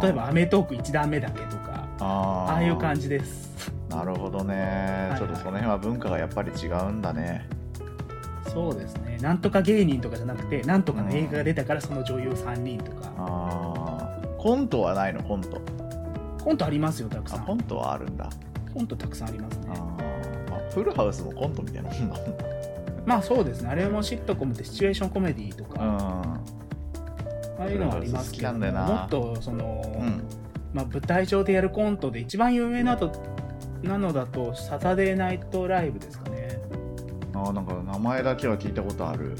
Speaker 4: で例えば『
Speaker 1: あ
Speaker 4: アメトーーク』1段目だけとか
Speaker 1: あ
Speaker 4: ああいう感
Speaker 1: じ
Speaker 4: じです
Speaker 1: なるほどね、
Speaker 4: はい
Speaker 1: ちょっとその辺は文化がやっぱり違うんだね
Speaker 4: そうですねなんとか芸人とかじゃなくてなんとかの映画が出たからその女優3人とか
Speaker 1: あーコントはないのコント
Speaker 4: コントありますよたくさ
Speaker 1: あ
Speaker 4: ん
Speaker 1: コントはあるんだ
Speaker 4: コントたくさんあります
Speaker 1: あ
Speaker 4: ね
Speaker 1: ー、まあ、フルハウスもコントみたいなもんだもん
Speaker 4: まあそうですねあれもシットコムってシチュエーションコメディとか
Speaker 1: な
Speaker 4: ああいうのはありますけど
Speaker 1: フランス好きな
Speaker 4: も
Speaker 1: んだよな
Speaker 4: っとその、
Speaker 1: うん、うん、
Speaker 4: まあ、舞台上でやるコントで一番有名なとなのだとサタデーナイトライブですかね
Speaker 1: あーなんか名前だけは聞いたことある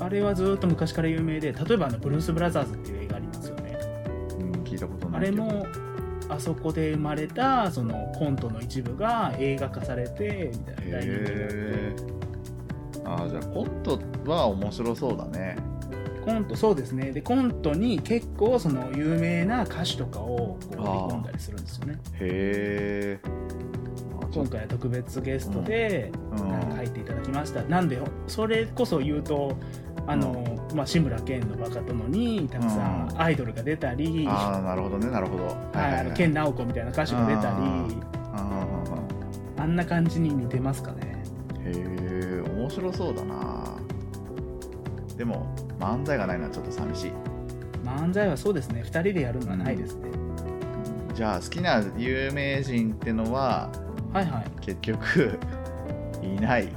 Speaker 4: あれはずっと昔から有名で例えばあのブルース・ブラザーズっていう映画ありますよね
Speaker 1: うん聞いたこと
Speaker 4: あ
Speaker 1: ない
Speaker 4: れ
Speaker 1: けど
Speaker 4: もあそこで生まれたそのコントの一部が映画化されてみたいな大人気になっ
Speaker 1: へ
Speaker 4: て
Speaker 1: えあーじゃあコントは面白そうだね
Speaker 4: コントそうですねでコントに結構その有名な歌手とかをこう織り込んだりするんですよね
Speaker 1: へえ
Speaker 4: 今回は特別ゲストで、
Speaker 1: うん
Speaker 4: なんか書いていただきました。なんでそれこそ言うとあの、まあ、志村けんのバカ殿にたくさ
Speaker 1: うん
Speaker 4: アイドルが出たり、は
Speaker 1: ああなるほどねなるほど
Speaker 4: いあの健直子みたいな歌手が出たり
Speaker 1: あ
Speaker 4: あんな感じに似てますかね。
Speaker 1: へえ面白そうだなでも漫才がないのはちょっと寂しい
Speaker 4: 漫才はそうですね2人でやるのはないですね。
Speaker 1: じゃあ好きな有名人ってのは
Speaker 4: はいはい
Speaker 1: 結局 いない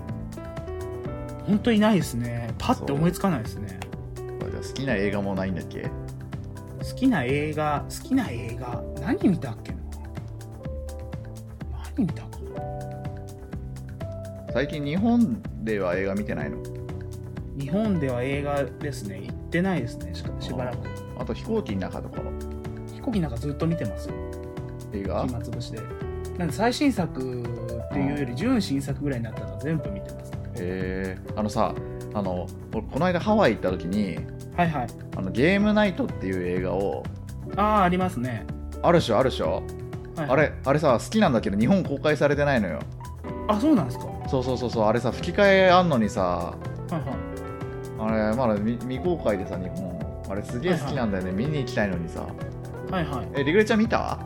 Speaker 4: 本当いないですねパッて思いつかないですね。
Speaker 1: じゃあ好きな映画もないんだっけ
Speaker 4: 好きな映画好きな映画何見たっけな何見たかな
Speaker 1: 最近日本では映画見てないの
Speaker 4: 日本では映画ですね行ってないですねしかしばらく
Speaker 1: あと飛行機の中とかの
Speaker 4: 飛行機なんかずっと見てますよ
Speaker 1: 映画
Speaker 4: 暇つぶしでなんで最新作っていうより純新作ぐらいになったのは全部見てます、
Speaker 1: へえあのさあの俺この間ハワイ行った時に
Speaker 4: はいはい
Speaker 1: あのゲームナイトっていう映画を
Speaker 4: ああありますね、
Speaker 1: あるっしょあるっしょ
Speaker 4: はい
Speaker 1: あれあれさ好きなんだけど日本公開されてないのよ
Speaker 4: あそうなんですかは
Speaker 1: そうそうそうそうあれさ吹き替えあんのにさ
Speaker 4: いは
Speaker 1: あれまだ未未公開でさ日本あれすげえ好きなんだよね、見に行きたいのにさ
Speaker 4: いはいは
Speaker 1: えリグレちゃん見た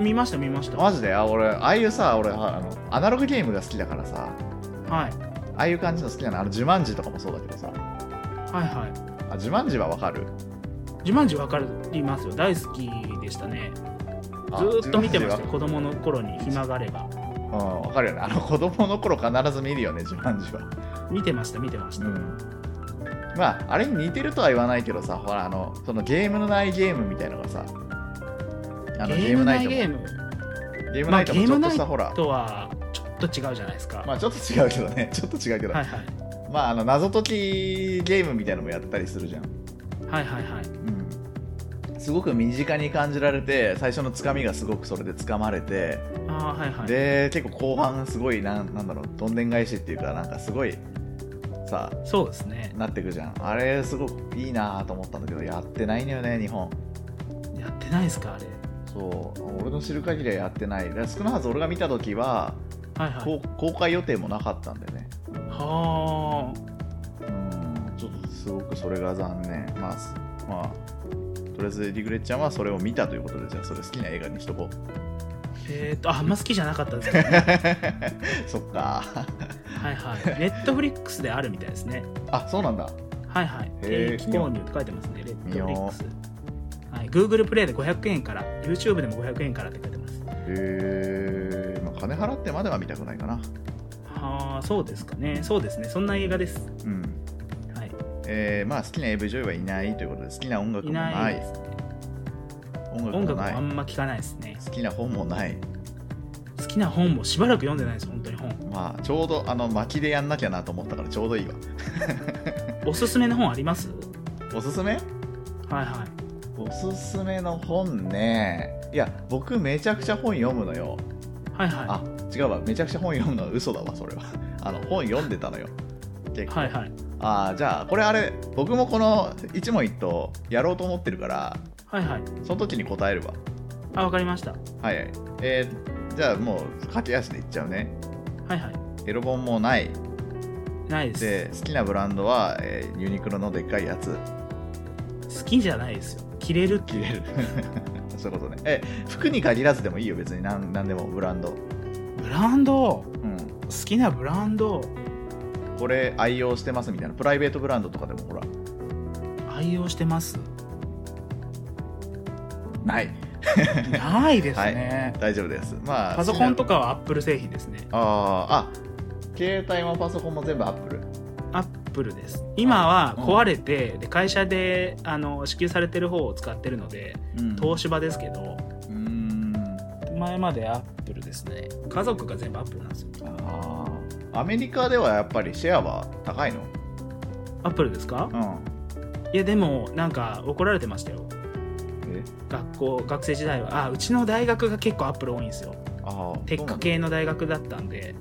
Speaker 4: い見ました見ました
Speaker 1: マジであ俺ああいうさ俺ああのアナログゲームが好きだからさ
Speaker 4: は
Speaker 1: あ
Speaker 4: い
Speaker 1: あいう感じの好きなのあのジュマンジとかもそうだけどさ
Speaker 4: はいは
Speaker 1: あジュマンジはわかる
Speaker 4: いジュマンジわかりますよ大好きでしたねず
Speaker 1: あ
Speaker 4: ーっと見て
Speaker 1: ジュ
Speaker 4: ましたよ
Speaker 1: マンジは
Speaker 4: 子供の頃に暇があれば
Speaker 1: うんわかるよねあの子供の頃必ず見るよねジュマンジは
Speaker 4: 見てました見てました、
Speaker 1: うんまああれに似てるとは言わないけどさほらあのそのゲームのないゲームみたいのがさあの
Speaker 4: ゲームない
Speaker 1: ト
Speaker 4: ゲー
Speaker 1: も
Speaker 4: ム
Speaker 1: ゲーム
Speaker 4: ま
Speaker 1: ナ
Speaker 4: あ
Speaker 1: イト
Speaker 4: ゲ
Speaker 1: も
Speaker 4: ー
Speaker 1: ちょ
Speaker 4: ム
Speaker 1: っと
Speaker 4: ナイ
Speaker 1: したほら
Speaker 4: トはちょっと違うじゃないですか、
Speaker 1: まあちょっと違うけどね ちょっと違うけど、
Speaker 4: はいはい
Speaker 1: まああの謎解きゲームみたいのもやったりするじゃん、
Speaker 4: はいはいはい
Speaker 1: うん、すごく身近に感じられて最初のつかみがすごくそれでつかまれて
Speaker 4: ああはいはい
Speaker 1: で結構後半すごいなんなんだろうどんでん返しっていうかなんかすごいさ
Speaker 4: そうですね
Speaker 1: なってくじゃんあれすごくいいなと思ったんだけどやってないのよね日本
Speaker 4: やってないですかあれ
Speaker 1: そう俺の知る限りはやってないだから少なはず俺が見た時は、
Speaker 4: はいはい
Speaker 1: こう公開予定もなかったんでね
Speaker 4: は
Speaker 1: うんちょっとすごくそれが残念まあすまあとりあえずリグレッちゃんはそれを見たということでじゃあそれ好きな映画にしと こう
Speaker 4: えーっとああんま好きじゃなかったです けどね
Speaker 1: そっか
Speaker 4: はいはいネットフリックスであるみたいですね
Speaker 1: あそうなんだ
Speaker 4: はいはい
Speaker 1: へー
Speaker 4: 定期購入って書いてますねネット
Speaker 1: 見よ
Speaker 4: フ
Speaker 1: う
Speaker 4: リックスはい、Google プレイで500円から YouTube でも500円からって書いてます
Speaker 1: へえまあ金払ってまでは見たくないかな
Speaker 4: はあそうですかねそうですねそんな映画です
Speaker 1: うん
Speaker 4: はい
Speaker 1: えーまあ好きな AV 女優はいないということで好きな音楽も
Speaker 4: い
Speaker 1: ない
Speaker 4: ないです
Speaker 1: 音楽も
Speaker 4: 音楽も
Speaker 1: ない
Speaker 4: あんま聞かないですね
Speaker 1: 好きな本もない
Speaker 4: 好きな本もしばらく読んでないです本当に本
Speaker 1: まあちょうどあの巻きでやんなきゃなと思ったからちょうどいいわ
Speaker 4: おすすめの本あります
Speaker 1: おすすめ
Speaker 4: はいは
Speaker 1: おすすめの本ねいや僕めちゃくちゃ本読むのよ
Speaker 4: いはいは
Speaker 1: あ違うわめちゃくちゃ本読むのは嘘だわそれはあの本読んでたのよ
Speaker 4: い
Speaker 1: 結構、
Speaker 4: はいはい
Speaker 1: ああじゃあこれあれ僕もこの一問一答やろうと思ってるから
Speaker 4: はいはい
Speaker 1: その時に答えるわ
Speaker 4: あわかりました
Speaker 1: はいはいえーじゃあもう駆け足でいっちゃうね
Speaker 4: はいはい
Speaker 1: エロ本もない
Speaker 4: ないです
Speaker 1: で好きなブランドは、えーユニクロのでっかいやつ
Speaker 4: 好きじゃないですよ着れるって
Speaker 1: 着れる そういうことねえ服に限らずでもいいよ別に何何でもブランド
Speaker 5: ブランド
Speaker 1: うん
Speaker 5: 好きなブランド
Speaker 1: これ愛用してますみたいなプライベートブランドとかでもほら
Speaker 5: 愛用して ます
Speaker 1: ない
Speaker 5: ないですね、
Speaker 1: 大丈夫ですまあ
Speaker 4: パソコンとかはアップル製品ですね
Speaker 1: あーあ携帯もパソコンも全部アップル
Speaker 4: アップルです今は壊れて、で会社であの支給されてる方を使ってるので
Speaker 1: うん
Speaker 4: 東芝ですけど
Speaker 1: うーん
Speaker 4: 前までアップルですね家族が全部アップルなんですよ
Speaker 1: あーアメリカではやっぱりシェアは高いの
Speaker 4: アップルですか
Speaker 1: うん
Speaker 4: いやでもなんか怒られてましたよ
Speaker 1: え
Speaker 4: 学校学生時代はあうちの大学が結構アップル多いんですよ
Speaker 1: ああ
Speaker 4: テック系の大学だったんで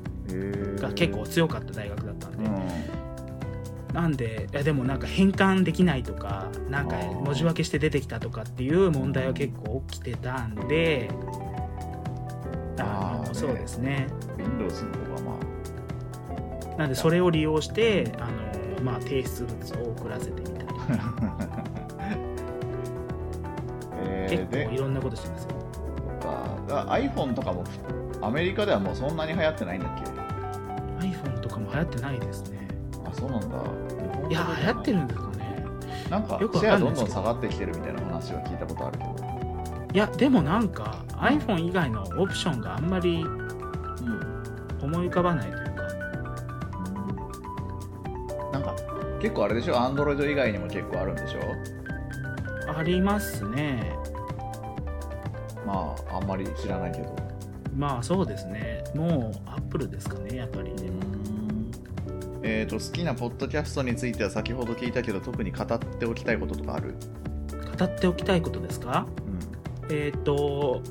Speaker 4: が結構強かった大学だったん
Speaker 1: う
Speaker 4: で、
Speaker 1: ん
Speaker 4: なんでいやでもなんか変換できないとかなんか
Speaker 1: あー
Speaker 4: 文字分けして出てきたとかっていう問題は結構起きてたんであ
Speaker 1: あー
Speaker 4: のそうですね
Speaker 1: Windows の方がま
Speaker 4: なんでそれを利用してあの、まあ、提出物を送らせてみたいな
Speaker 1: あえ
Speaker 4: 結
Speaker 1: ー、
Speaker 4: 構い
Speaker 1: で
Speaker 4: ろんなことしてますよ
Speaker 1: そっかだ iPhone とかもアメリカではもうそんなに流行ってないんだっけ
Speaker 4: iPhone とかも流行ってないですね
Speaker 1: あそうなんだ
Speaker 4: いや流行ってるんですかね
Speaker 1: なんか
Speaker 4: よくわ
Speaker 1: シ
Speaker 4: かん
Speaker 1: ェ
Speaker 4: な
Speaker 1: ア
Speaker 4: い
Speaker 1: どんど
Speaker 4: です
Speaker 1: ん
Speaker 4: け
Speaker 1: 下
Speaker 4: ど
Speaker 1: がってきてるみたいな話は聞いたことあるけど
Speaker 4: いやでもなんか iPhone 以外のオプションがあんまり思い浮かばないというか
Speaker 1: なんか結構あれでしょアンドロイド以外にも結構あるんでしょ
Speaker 4: ありますね
Speaker 1: まああんまり知らないけど
Speaker 4: まあそうですねもうアップルですかねやっぱりね
Speaker 1: えっ、と好きなポッドキャストについては先ほど聞いたけど特に語っておきたいこととかある
Speaker 4: 語っておきたいことですか
Speaker 1: うん
Speaker 4: えっ、と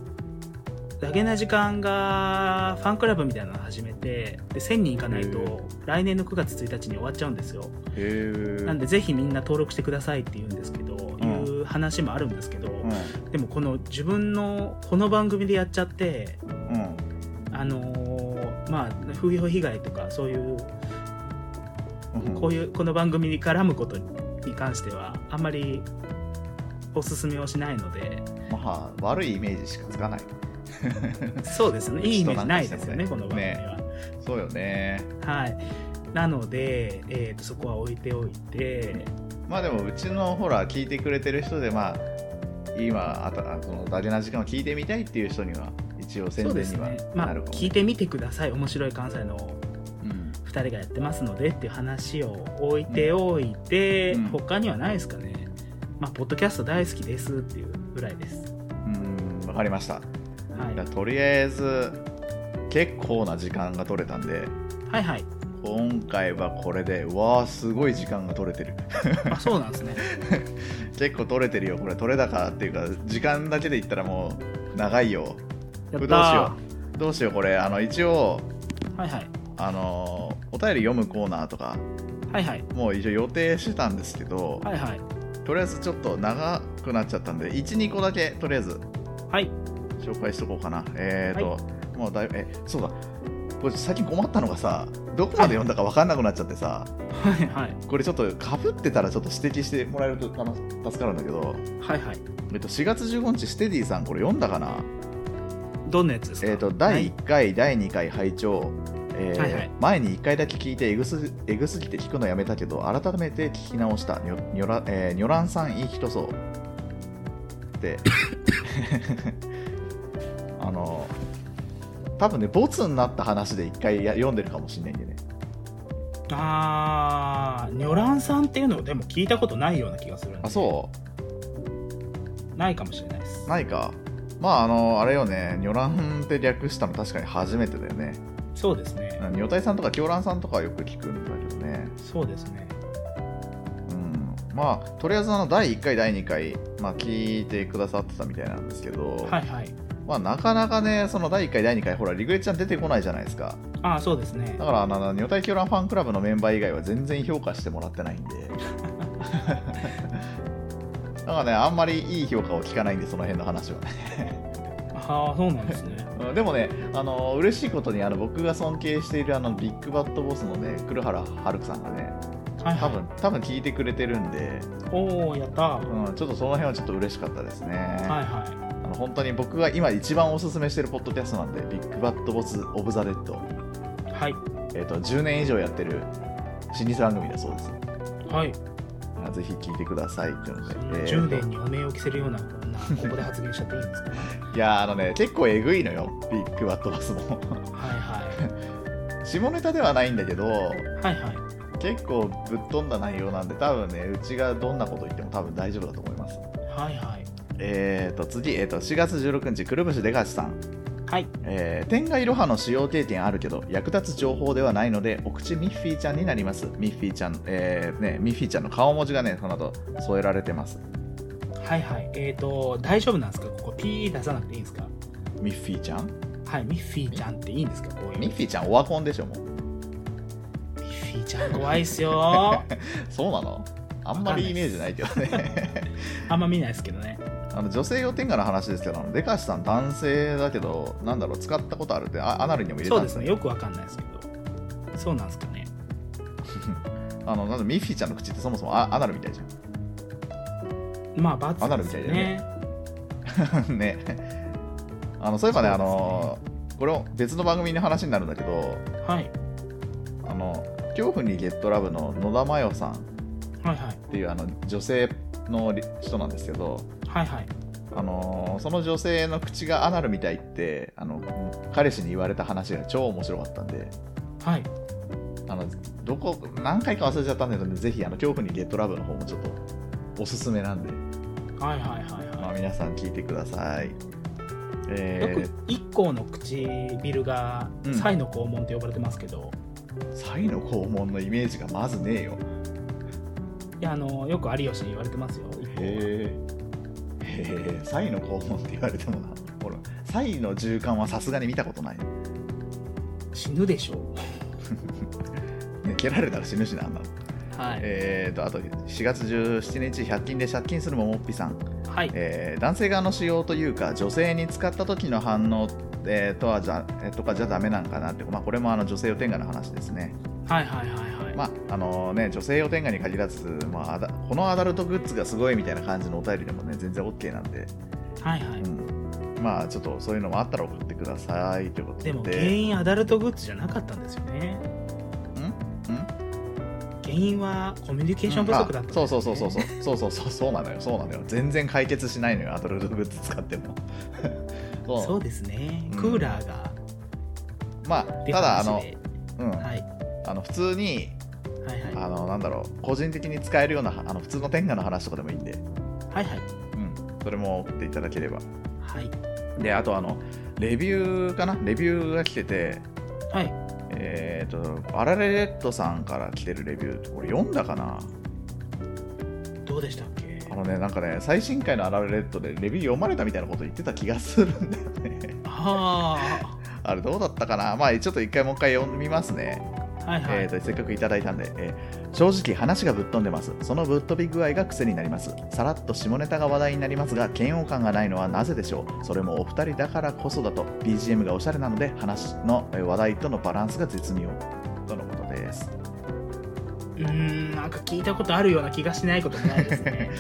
Speaker 4: 「ダゲな時間」がファンクラブみたいなのを始めてで1000人いかない
Speaker 1: へ
Speaker 4: と来年の9月1日に終わっちゃうんですよ
Speaker 1: へえ
Speaker 4: なんでぜひみんな登録してくださいって言うんですけど、
Speaker 1: ん
Speaker 4: いう話もあるんですけど、
Speaker 1: うん
Speaker 4: でもこの自分のこの番組でやっちゃって
Speaker 1: うん
Speaker 4: あのーまあ風評被害とかそういう
Speaker 1: うん
Speaker 4: こういうこの番組に絡むことに関してはあんまりおすすめをしないので
Speaker 1: まあ悪いイメージしかつかない
Speaker 4: そうですねいいイメージないですよね
Speaker 1: 人
Speaker 4: こ
Speaker 1: な
Speaker 4: の
Speaker 1: んか
Speaker 4: 番組は、
Speaker 1: ねそうよね
Speaker 4: はいなので、えー、とそこは置いておいて
Speaker 1: まあでもうちのほら聞いてくれてる人でまあ今あたあそのダゲな時間を聞いてみたいっていう人には一応宣
Speaker 4: そうで
Speaker 1: 伝
Speaker 4: す
Speaker 1: には
Speaker 4: ねま
Speaker 1: な
Speaker 4: あ
Speaker 1: るかも、
Speaker 4: 聞いてみてください面白い関西の
Speaker 1: うん
Speaker 4: 2人がやってますのでっていう話を置いておいて、
Speaker 1: うん
Speaker 4: 他にはないですかねまあポッドキャスト大好きですっていうぐらいです
Speaker 1: うんわかりました
Speaker 4: はい
Speaker 1: じゃあとりあえず結構な時間が取れたんで
Speaker 4: はい はい
Speaker 1: 今回はこれでうわあすごい時間が取れてる
Speaker 4: あそうなんですね
Speaker 1: 結構取れてるよこれ取れ高っていうか時間だけで言ったらもう長いよ
Speaker 4: や
Speaker 1: こ
Speaker 4: っ
Speaker 1: れ
Speaker 4: たー
Speaker 1: どうしようどうしようこれあの一応
Speaker 4: はいはい
Speaker 1: あのお便り読むコーナーとか
Speaker 4: はいはい
Speaker 1: もう一応予定してたんですけど、
Speaker 4: はいはい
Speaker 1: とりあえずちょっと長くなっちゃったんで12個だけとりあえず
Speaker 4: はい
Speaker 1: 紹介しとこうかなえっ、ー、と、もうだいぶえそうだこれ最近困ったのがさどこまで読んだか分かんなくなっちゃってさ
Speaker 5: はいはい
Speaker 1: これちょっとかぶってたらちょっと指摘してもらえるとたの助かるんだけど、
Speaker 5: はいはい
Speaker 1: えっと、4月15日ステディさんこれ読んだかな
Speaker 5: どんなやつですか
Speaker 1: えっと第1回、第2回拝聴えー
Speaker 5: はいはい
Speaker 1: 前に1回だけ聞いてえぐすえぐすぎて聞くのやめたけど改めて聞き直したにょにょら、えー、にょらんさんいい人そう であの多分ねボツになった話で1回や読んでるかもしんないんでね
Speaker 4: あー、女蘭さんっていうのをでも聞いたことないような気がするんで
Speaker 1: あそう
Speaker 4: ないかもしれないです。
Speaker 1: ないか。まあ、あの、あれよね、女蘭って略したの確かに初めてだよね。
Speaker 4: そうですね。
Speaker 1: うん女体さんとか狂乱さんとかはよく聞くんだけどね。
Speaker 4: そうですね。
Speaker 1: うん。まあ、とりあえずあの、第1回、第2回、まあ、聞いてくださってたみたいなんですけど、
Speaker 4: はいはい。
Speaker 1: まあ、なかなかね、その第1回、第2回、ほら、リグレちゃん出てこないじゃないですか。
Speaker 4: あー、そうですね
Speaker 1: だ。から、あの、女体狂乱ファンクラブのメンバー以外は全然評価してもらって ないんで。だからね、あんまりいい評価を聞かないんで、その辺の話はね。
Speaker 4: あー、そうなんですね。
Speaker 1: うんでもね、あの嬉しいことにあの僕が尊敬しているあのビッグバッドボスのね、黒原遥さんがね、
Speaker 4: はい
Speaker 1: 多
Speaker 4: は
Speaker 1: 分多分聞いてくれてるんで、
Speaker 4: い。おー、やったー。
Speaker 1: うん、ちょっとその辺はちょっと嬉しかったですね。
Speaker 4: はいは
Speaker 1: あの本当に僕が今一番おすすめしてるポッドキャストなんで、ビッグバッドボス・オブ・ザ・デッド、
Speaker 4: い。はい。
Speaker 1: えっと10年以上やってる老舗番組だそうです。
Speaker 4: はい。
Speaker 1: あぜひ聞いてくださいっていうので、え
Speaker 4: 10
Speaker 1: ーと
Speaker 4: 年にお名を着せるような、こんな、ここで発言しちゃっていいんですか
Speaker 1: いやーあのね、結構えぐいのよ、ビッグバッドボスも。
Speaker 4: はいは
Speaker 1: 下ネタではないんだけど、
Speaker 4: い。はいはい。
Speaker 1: 結構ぶっ飛んだ内容なんで多分ねうちがどんなこと言っても多分大丈夫だと思います
Speaker 4: はいはい。
Speaker 1: えーと次、えー、と4月16日くるぶしでかしさん、
Speaker 4: はい。
Speaker 1: えー、天がいろはの使用経験あるけど役立つ情報ではないのでお口ミッフィーちゃんになりますミッフィーちゃん、えーね、ミッフィーちゃんの顔文字がねその後添えられてます
Speaker 4: はいはい。えっ、ー、と、大丈夫なんですかここ P 出さなくていいんですか
Speaker 1: ミッフィーちゃん
Speaker 4: はい、ミッフィーちゃんっていいんですかこういう。
Speaker 1: ミッ
Speaker 4: ミ
Speaker 1: フィーちゃんオワコンでしょもう
Speaker 4: ッフィーちゃん怖いっす よ。
Speaker 1: そうなのあんまりイメージないけどね
Speaker 4: あんま見ないですけどね。
Speaker 1: あの女性用天下の話ですけどあのでかしさん男性だけどなんだろう使ったことあるってあアナルにも入れた
Speaker 4: そうんで
Speaker 1: です
Speaker 4: す
Speaker 1: よ
Speaker 4: ね。よくわかんないですけど。そうなんですかね。
Speaker 1: あのなんだミッフィーちゃんの口ってそもそもアアナルみたいじ
Speaker 4: まあ、バツ
Speaker 1: アナル
Speaker 4: で
Speaker 1: み
Speaker 4: す
Speaker 1: たい
Speaker 4: よ
Speaker 1: だよねゃ
Speaker 4: ね。
Speaker 1: ん ねあのそういえばね
Speaker 4: そう
Speaker 1: あ
Speaker 4: ですね
Speaker 1: のこれも別の番組の話になるんだけど
Speaker 4: はい。
Speaker 1: あの恐怖にゲットラブの野田真世さんっ
Speaker 4: はいはい。
Speaker 1: ていうあの女性のり人なんですけど
Speaker 4: はいはい。
Speaker 1: あのその女性の口がアナルみたいってあの彼氏に言われた話が超面白かったんで
Speaker 4: はい。
Speaker 1: あのどこ何回か忘れちゃったんだけどぜひあの恐怖にゲットラブの方もちょっとおすすめなんで、
Speaker 4: はいはいはい
Speaker 1: まあ、
Speaker 4: は
Speaker 1: 皆さん聞いてください。
Speaker 4: い。
Speaker 1: え
Speaker 4: よ
Speaker 1: ー
Speaker 4: く一行の唇が
Speaker 1: うん
Speaker 4: サイの肛門って呼ばれてますけど、
Speaker 1: サイの肛門のイメージがまずねえよ。
Speaker 4: いやあのよく有吉に言われてますよ。一行
Speaker 1: へえ。へえ、サイの肛門って言われてもな。ほら、サイの循環はさすがに見たことない。ね、
Speaker 4: 死ぬでしょう。
Speaker 1: 蹴られたら死ぬしな、あんなの。
Speaker 4: はい。
Speaker 1: えーと、あと4月17日、100均で借金するももっぴさん。
Speaker 4: はい。
Speaker 1: えー男性側の仕様というか女性に使った時の反応、えーとはじゃえーとかじゃダメなんかなって、まあ、これもあの女性予定外の話ですね、
Speaker 4: はいはいはいはい。
Speaker 1: まああのね、女性予定外に限らず、まあアダ、このアダルトグッズがすごいみたいな感じのお便りでも、ね、全然 OK なんで、
Speaker 4: はいはい。
Speaker 1: うん、まあちょっとそういうのもあったら送ってくださいということで
Speaker 4: でも原因アダルトグッズじゃなかったんですよね。原因はコミュニケーション不足だったんです、ね
Speaker 1: そうそうそうそうそうそうそうそうそうなのよそうなのよ全然解決しないのよアダルトグッズ使ってもそう
Speaker 4: そうですね
Speaker 1: うん。
Speaker 4: クーラーが
Speaker 1: まあ
Speaker 4: 出
Speaker 1: ただあ
Speaker 4: 話
Speaker 1: の、
Speaker 4: で、
Speaker 1: うん、
Speaker 4: はい、
Speaker 1: あの普通に
Speaker 4: はいはい
Speaker 1: あのなんだろう個人的に使えるようなあの普通の天下の話とかでもいいんで、
Speaker 4: はいはい
Speaker 1: うん、それも送っていただければ
Speaker 4: はい
Speaker 1: であとあのレビューかなレビューが来てて
Speaker 4: はい
Speaker 1: えっ、とアラレレッドさんから来てるレビュー俺読んだかな
Speaker 4: どうでしたっけ
Speaker 1: あのねなんかね最新回のアラレレッドでレビュー読まれたみたいなこと言ってた気がするん だよね
Speaker 4: あ
Speaker 1: あれどうだったかなまあちょっと一回もう一回読みますね
Speaker 4: あ
Speaker 5: はいはい
Speaker 1: えーとせっかくいただいたんで、えー正直話がぶっ飛んでますそのぶっ飛び具合が癖になりますさらっと下ネタが話題になりますが嫌悪感がないのはなぜでしょうそれもお二人だからこそだと BGM がおしゃれなので話のえー話題とのバランスが絶妙とのことです
Speaker 4: うーんなんか聞いたことあるような気がしないこともないで すね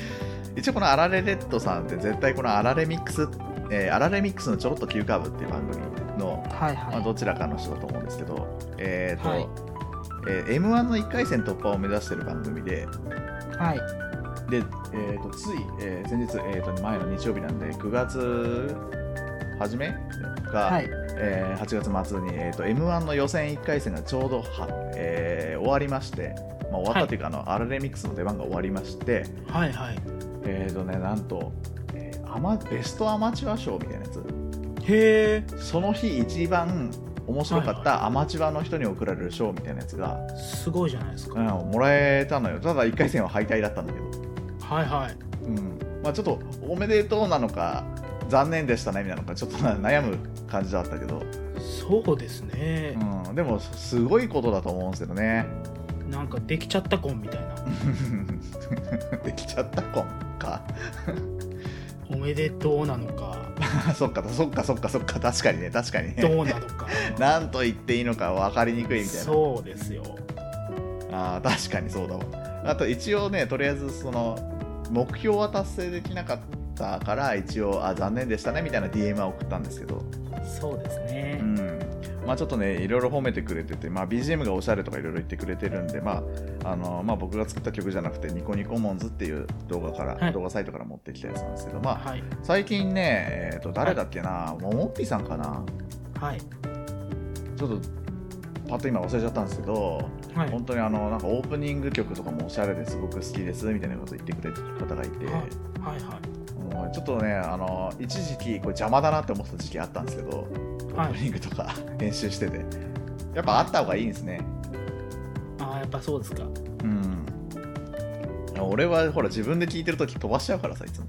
Speaker 1: 一応このアラレレッドさんって絶対このアラレミックス、えーアラレミックスのちょろっと急カーブっていう番組の
Speaker 5: はい
Speaker 1: まあ、
Speaker 5: は
Speaker 1: どちらかの人だと思うんですけど、えーと
Speaker 5: はい
Speaker 1: え m 1の1回戦突破を目指してる番組で、
Speaker 5: いはい
Speaker 1: でえー、とつい、えー先日、えーと前の日曜日なんで、9月初めか、
Speaker 5: はい
Speaker 1: えー8月末に、えーと m 1の予選1回戦がちょうどは、えー終わりまして、まあ、終わったというか、あのアラレミックスの出番が終わりまして、
Speaker 4: はいはい
Speaker 1: えーとね、なんと、えーアマベストアマチュア賞みたいなやつ。
Speaker 4: へえ
Speaker 1: その日一番面白かったアマチュアの人に贈られる賞みたいなやつが、
Speaker 4: すごいじゃないですか、
Speaker 1: うん、もらえたのよただ1回戦は敗退だったんだけど、
Speaker 4: はいはい
Speaker 1: うんまあ、ちょっとおめでとうなのか残念でしたねみたいなのかちょっとな悩む感じだったけど、
Speaker 4: そうですね、
Speaker 1: うん、でもすごいことだと思うんですけどね
Speaker 4: なんかできちゃった婚みたいな
Speaker 1: できちゃったこんか
Speaker 4: おめでとうなのか
Speaker 1: そっかそっかそっかそっか確かにね確かにね
Speaker 4: どうなのか
Speaker 1: なんと言っていいのか分かりにくい みたいな
Speaker 4: そうですよ
Speaker 1: あー確かにそうだわあと一応ねとりあえずその目標は達成できなかったから一応あ残念でしたねみたいな DM は送ったんですけど
Speaker 4: そうです
Speaker 1: う
Speaker 4: ね、
Speaker 1: んまあちょっとねいろいろ褒めてくれてて、まあ、BGM がおしゃれとかいろいろ言ってくれてるんで、まああのまあ、僕が作った曲じゃなくてニコニコモンズっていう動画から、
Speaker 4: はい
Speaker 1: 動画サイトから持ってきたやつなんですけど、まあ、
Speaker 4: はい
Speaker 1: 最近ね、えー、と誰だっけな、ももっぴさんかな
Speaker 4: はい
Speaker 1: ちょっとパッと今忘れちゃったんですけど
Speaker 4: はい
Speaker 1: 本当にあのなんかオープニング曲とかもおしゃれですごく好きですみたいなこと言ってくれてる方がいて、
Speaker 4: はいはいは
Speaker 1: もうちょっとねあの一時期これ邪魔だなって思ってた時期あったんですけどオ
Speaker 4: はい
Speaker 1: ープニングとか編集しててやっぱあった方がいいんですね
Speaker 4: ああやっぱそうですか
Speaker 1: うんいや俺はほら自分で聞いてる時飛ばしちゃうからさいつも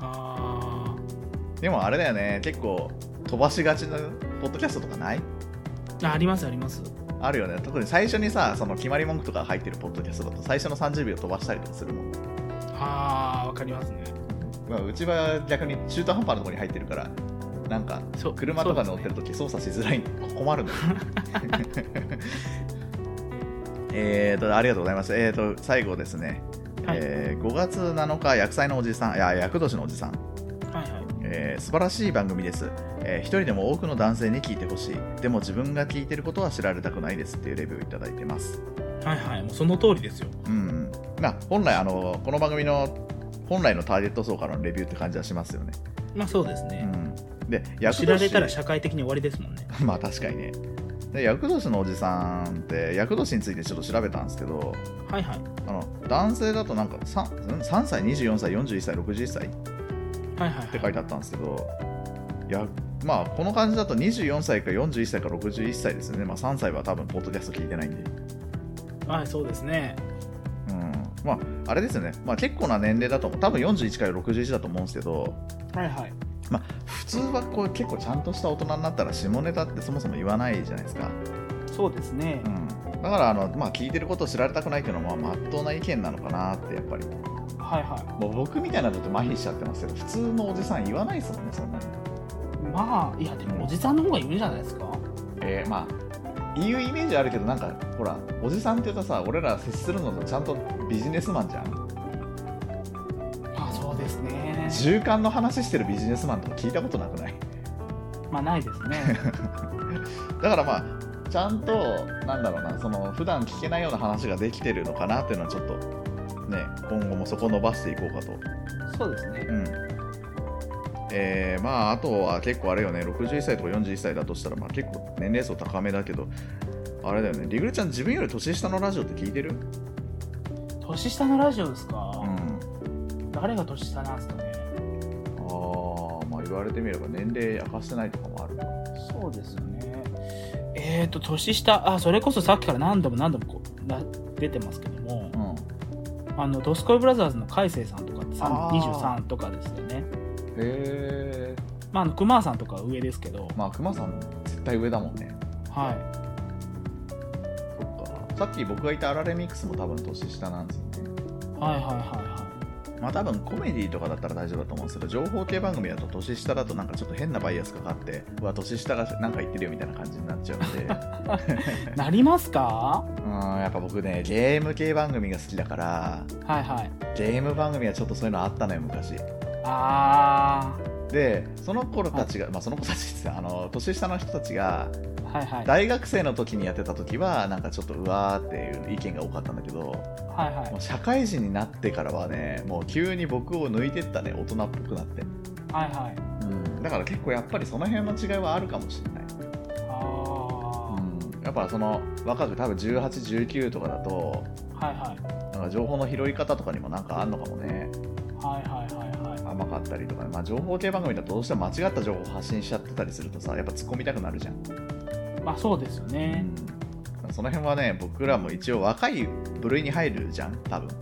Speaker 4: あ
Speaker 1: でもあれだよね結構飛ばしがちなポッドキャストとかない
Speaker 4: あありますあります
Speaker 1: あるよね特に最初にさその決まり文句とか入ってるポッドキャストだと最初の30秒飛ばしたりとかするもん
Speaker 4: ああわかりますね
Speaker 1: まあ、うちは逆に中途半端なところに入ってるからなんか
Speaker 4: そう
Speaker 1: 車とか乗って
Speaker 4: そう
Speaker 1: る
Speaker 4: で
Speaker 1: とき操作しづらい困る んだよえーとありがとうございますえーと最後ですね、
Speaker 4: はい
Speaker 1: えー5月7日薬剤のおじさんいや厄年のおじさん
Speaker 4: すねはいはい
Speaker 1: えー素晴らしい番組です、えー一人でも多くの男性に聞いてほしいでも自分が聞いてることは知られたくないですっていうレビューをいただいてます
Speaker 4: はいはいもうその通りですよ
Speaker 1: うんうんまあ本来あのこの番組の本来のターゲット層からのレビューって感じはしますよね
Speaker 4: まあそうです
Speaker 1: う
Speaker 4: ね、
Speaker 1: んで厄
Speaker 4: 知られたら社会的に終わりですもんね
Speaker 1: まあ確かにねで厄年のおじさんって厄年についてちょっと調べたんですけど
Speaker 4: はいはい
Speaker 1: あの男性だとなんか 3, 3歳24歳41歳61歳っ
Speaker 4: はいはい
Speaker 1: て書いてあったんですけどいやまあこの感じだと24歳か41歳か61歳ですよね、まあ、3歳は多分ポッドキャスト聞いてないんで、
Speaker 4: はい、はい、そうですね
Speaker 1: うん、まああれですよね、まあ、結構な年齢だと思う多分41から61だと思うんですけど
Speaker 4: はいはい
Speaker 1: まあ普通はこう結構ちゃんとした大人になったら下ネタってそもそも言わないじゃないですか
Speaker 5: そうですね
Speaker 1: うんだからあの、まあ、聞いてることを知られたくないっていうのはまあ真っ当な意見なのかなってやっぱり
Speaker 5: はいは
Speaker 1: もう僕みたいなのって麻痺しちゃってますけど普通のおじさん言わないですもんねそんなに、
Speaker 5: いまあいやでもおじさんの方が言うんじゃないですか
Speaker 1: えーまあ言うイメージあるけどなんかほらおじさんって言うとさ俺ら接するのとちゃんとビジネスマンじゃん
Speaker 5: まあそうですね
Speaker 1: 中間の話してるビジネスマンとか聞いたことなくない
Speaker 5: まあないです ね
Speaker 1: だからまあちゃんとなんだろうなその普段聞けないような話ができてるのかなっていうのはちょっとね今後もそこを伸ばしていこうかと
Speaker 5: そうですね
Speaker 1: うんえーまああとは結構あれよね61歳とか41歳だとしたら、まあ、結構年齢層高めだけどあれだよねリグレちゃん自分より年下のラジオって聞いてる
Speaker 5: 年下のラジオですか、
Speaker 1: ん
Speaker 5: 誰が年下なんですかね
Speaker 1: ああまあ言われてみれば年齢明かしてないとかもあるな
Speaker 5: そうですよねえっ、ー、と年下あそれこそさっきから何度も何度もこうな出てますけども
Speaker 1: うん
Speaker 5: あのドスコイブラザーズの海星さんとかって
Speaker 1: あ
Speaker 5: さん
Speaker 1: ー
Speaker 5: 23とかですよね
Speaker 1: へえ
Speaker 5: まああのクマさんとかは上ですけど
Speaker 1: まあ熊さん絶対上だもんね
Speaker 5: はい
Speaker 1: そっかさっき僕がいたアラレミックスも多分年下なんですよね。
Speaker 4: はいはいは
Speaker 1: まあ多分コメディとかだったら大丈夫だと思うんですけど、情報系番組だと年下だとなんかちょっと変なバイアスかかって、うわ、年下がなんか言ってるよみたいな感じになっちゃうの で、
Speaker 4: い はいなりますか
Speaker 1: うん、やっぱ僕ね、ゲーム系番組が好きだから、
Speaker 4: はいはい
Speaker 1: ゲーム番組はちょっとそういうのあったのよ、昔。
Speaker 4: あ
Speaker 1: で、その頃たちが、まあその子たちってあの、年下の人たちが、
Speaker 4: ーはいはい
Speaker 1: 大学生の時にやってた時は、なんかちょっとうわーっていう意見が多かったんだけど、
Speaker 4: はいはい
Speaker 1: もう社会人になってからはねもう急に僕を抜いてったね大人っぽくなって、
Speaker 4: はいはい
Speaker 1: だから結構やっぱりその辺の違いはあるかもしれない、
Speaker 4: あ
Speaker 1: やっぱその若く多分1819とかだと
Speaker 4: ーはいはい
Speaker 1: なんか情報の拾い方とかにもなんかあんのかもね
Speaker 4: はいはいはいはい
Speaker 1: 甘かったりとかね、まあ、情報系番組だとどうしても間違った情報を発信しちゃってたりするとさやっぱ突っ込みたくなるじゃん、
Speaker 4: まあそうですよね。
Speaker 1: その辺はね僕らも一応若い部類に入るじゃん多分ポ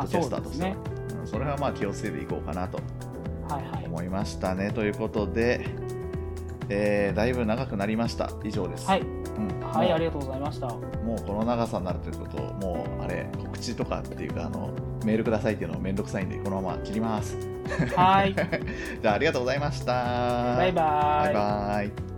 Speaker 1: ッ
Speaker 4: あ
Speaker 1: ドキャ
Speaker 4: そ
Speaker 1: ス
Speaker 4: う
Speaker 1: ター
Speaker 4: で
Speaker 1: とし
Speaker 4: す
Speaker 1: ては
Speaker 4: ね。
Speaker 1: うんそれはまあ気をつけていこうかなと
Speaker 4: はいはい。
Speaker 1: 思いましたねということで、えーだいぶ長くなりました以上です
Speaker 4: はい、
Speaker 1: うん
Speaker 4: はい、
Speaker 1: も
Speaker 4: ありがとうございまし た。
Speaker 1: うもうこの長さになるということもうあれ告知とかっていうかあのメールくださいっていうのめんどくさいんでこのまま切ります
Speaker 4: はい、
Speaker 1: じゃあありがとうございました
Speaker 4: バイバーイ。
Speaker 1: バイバイ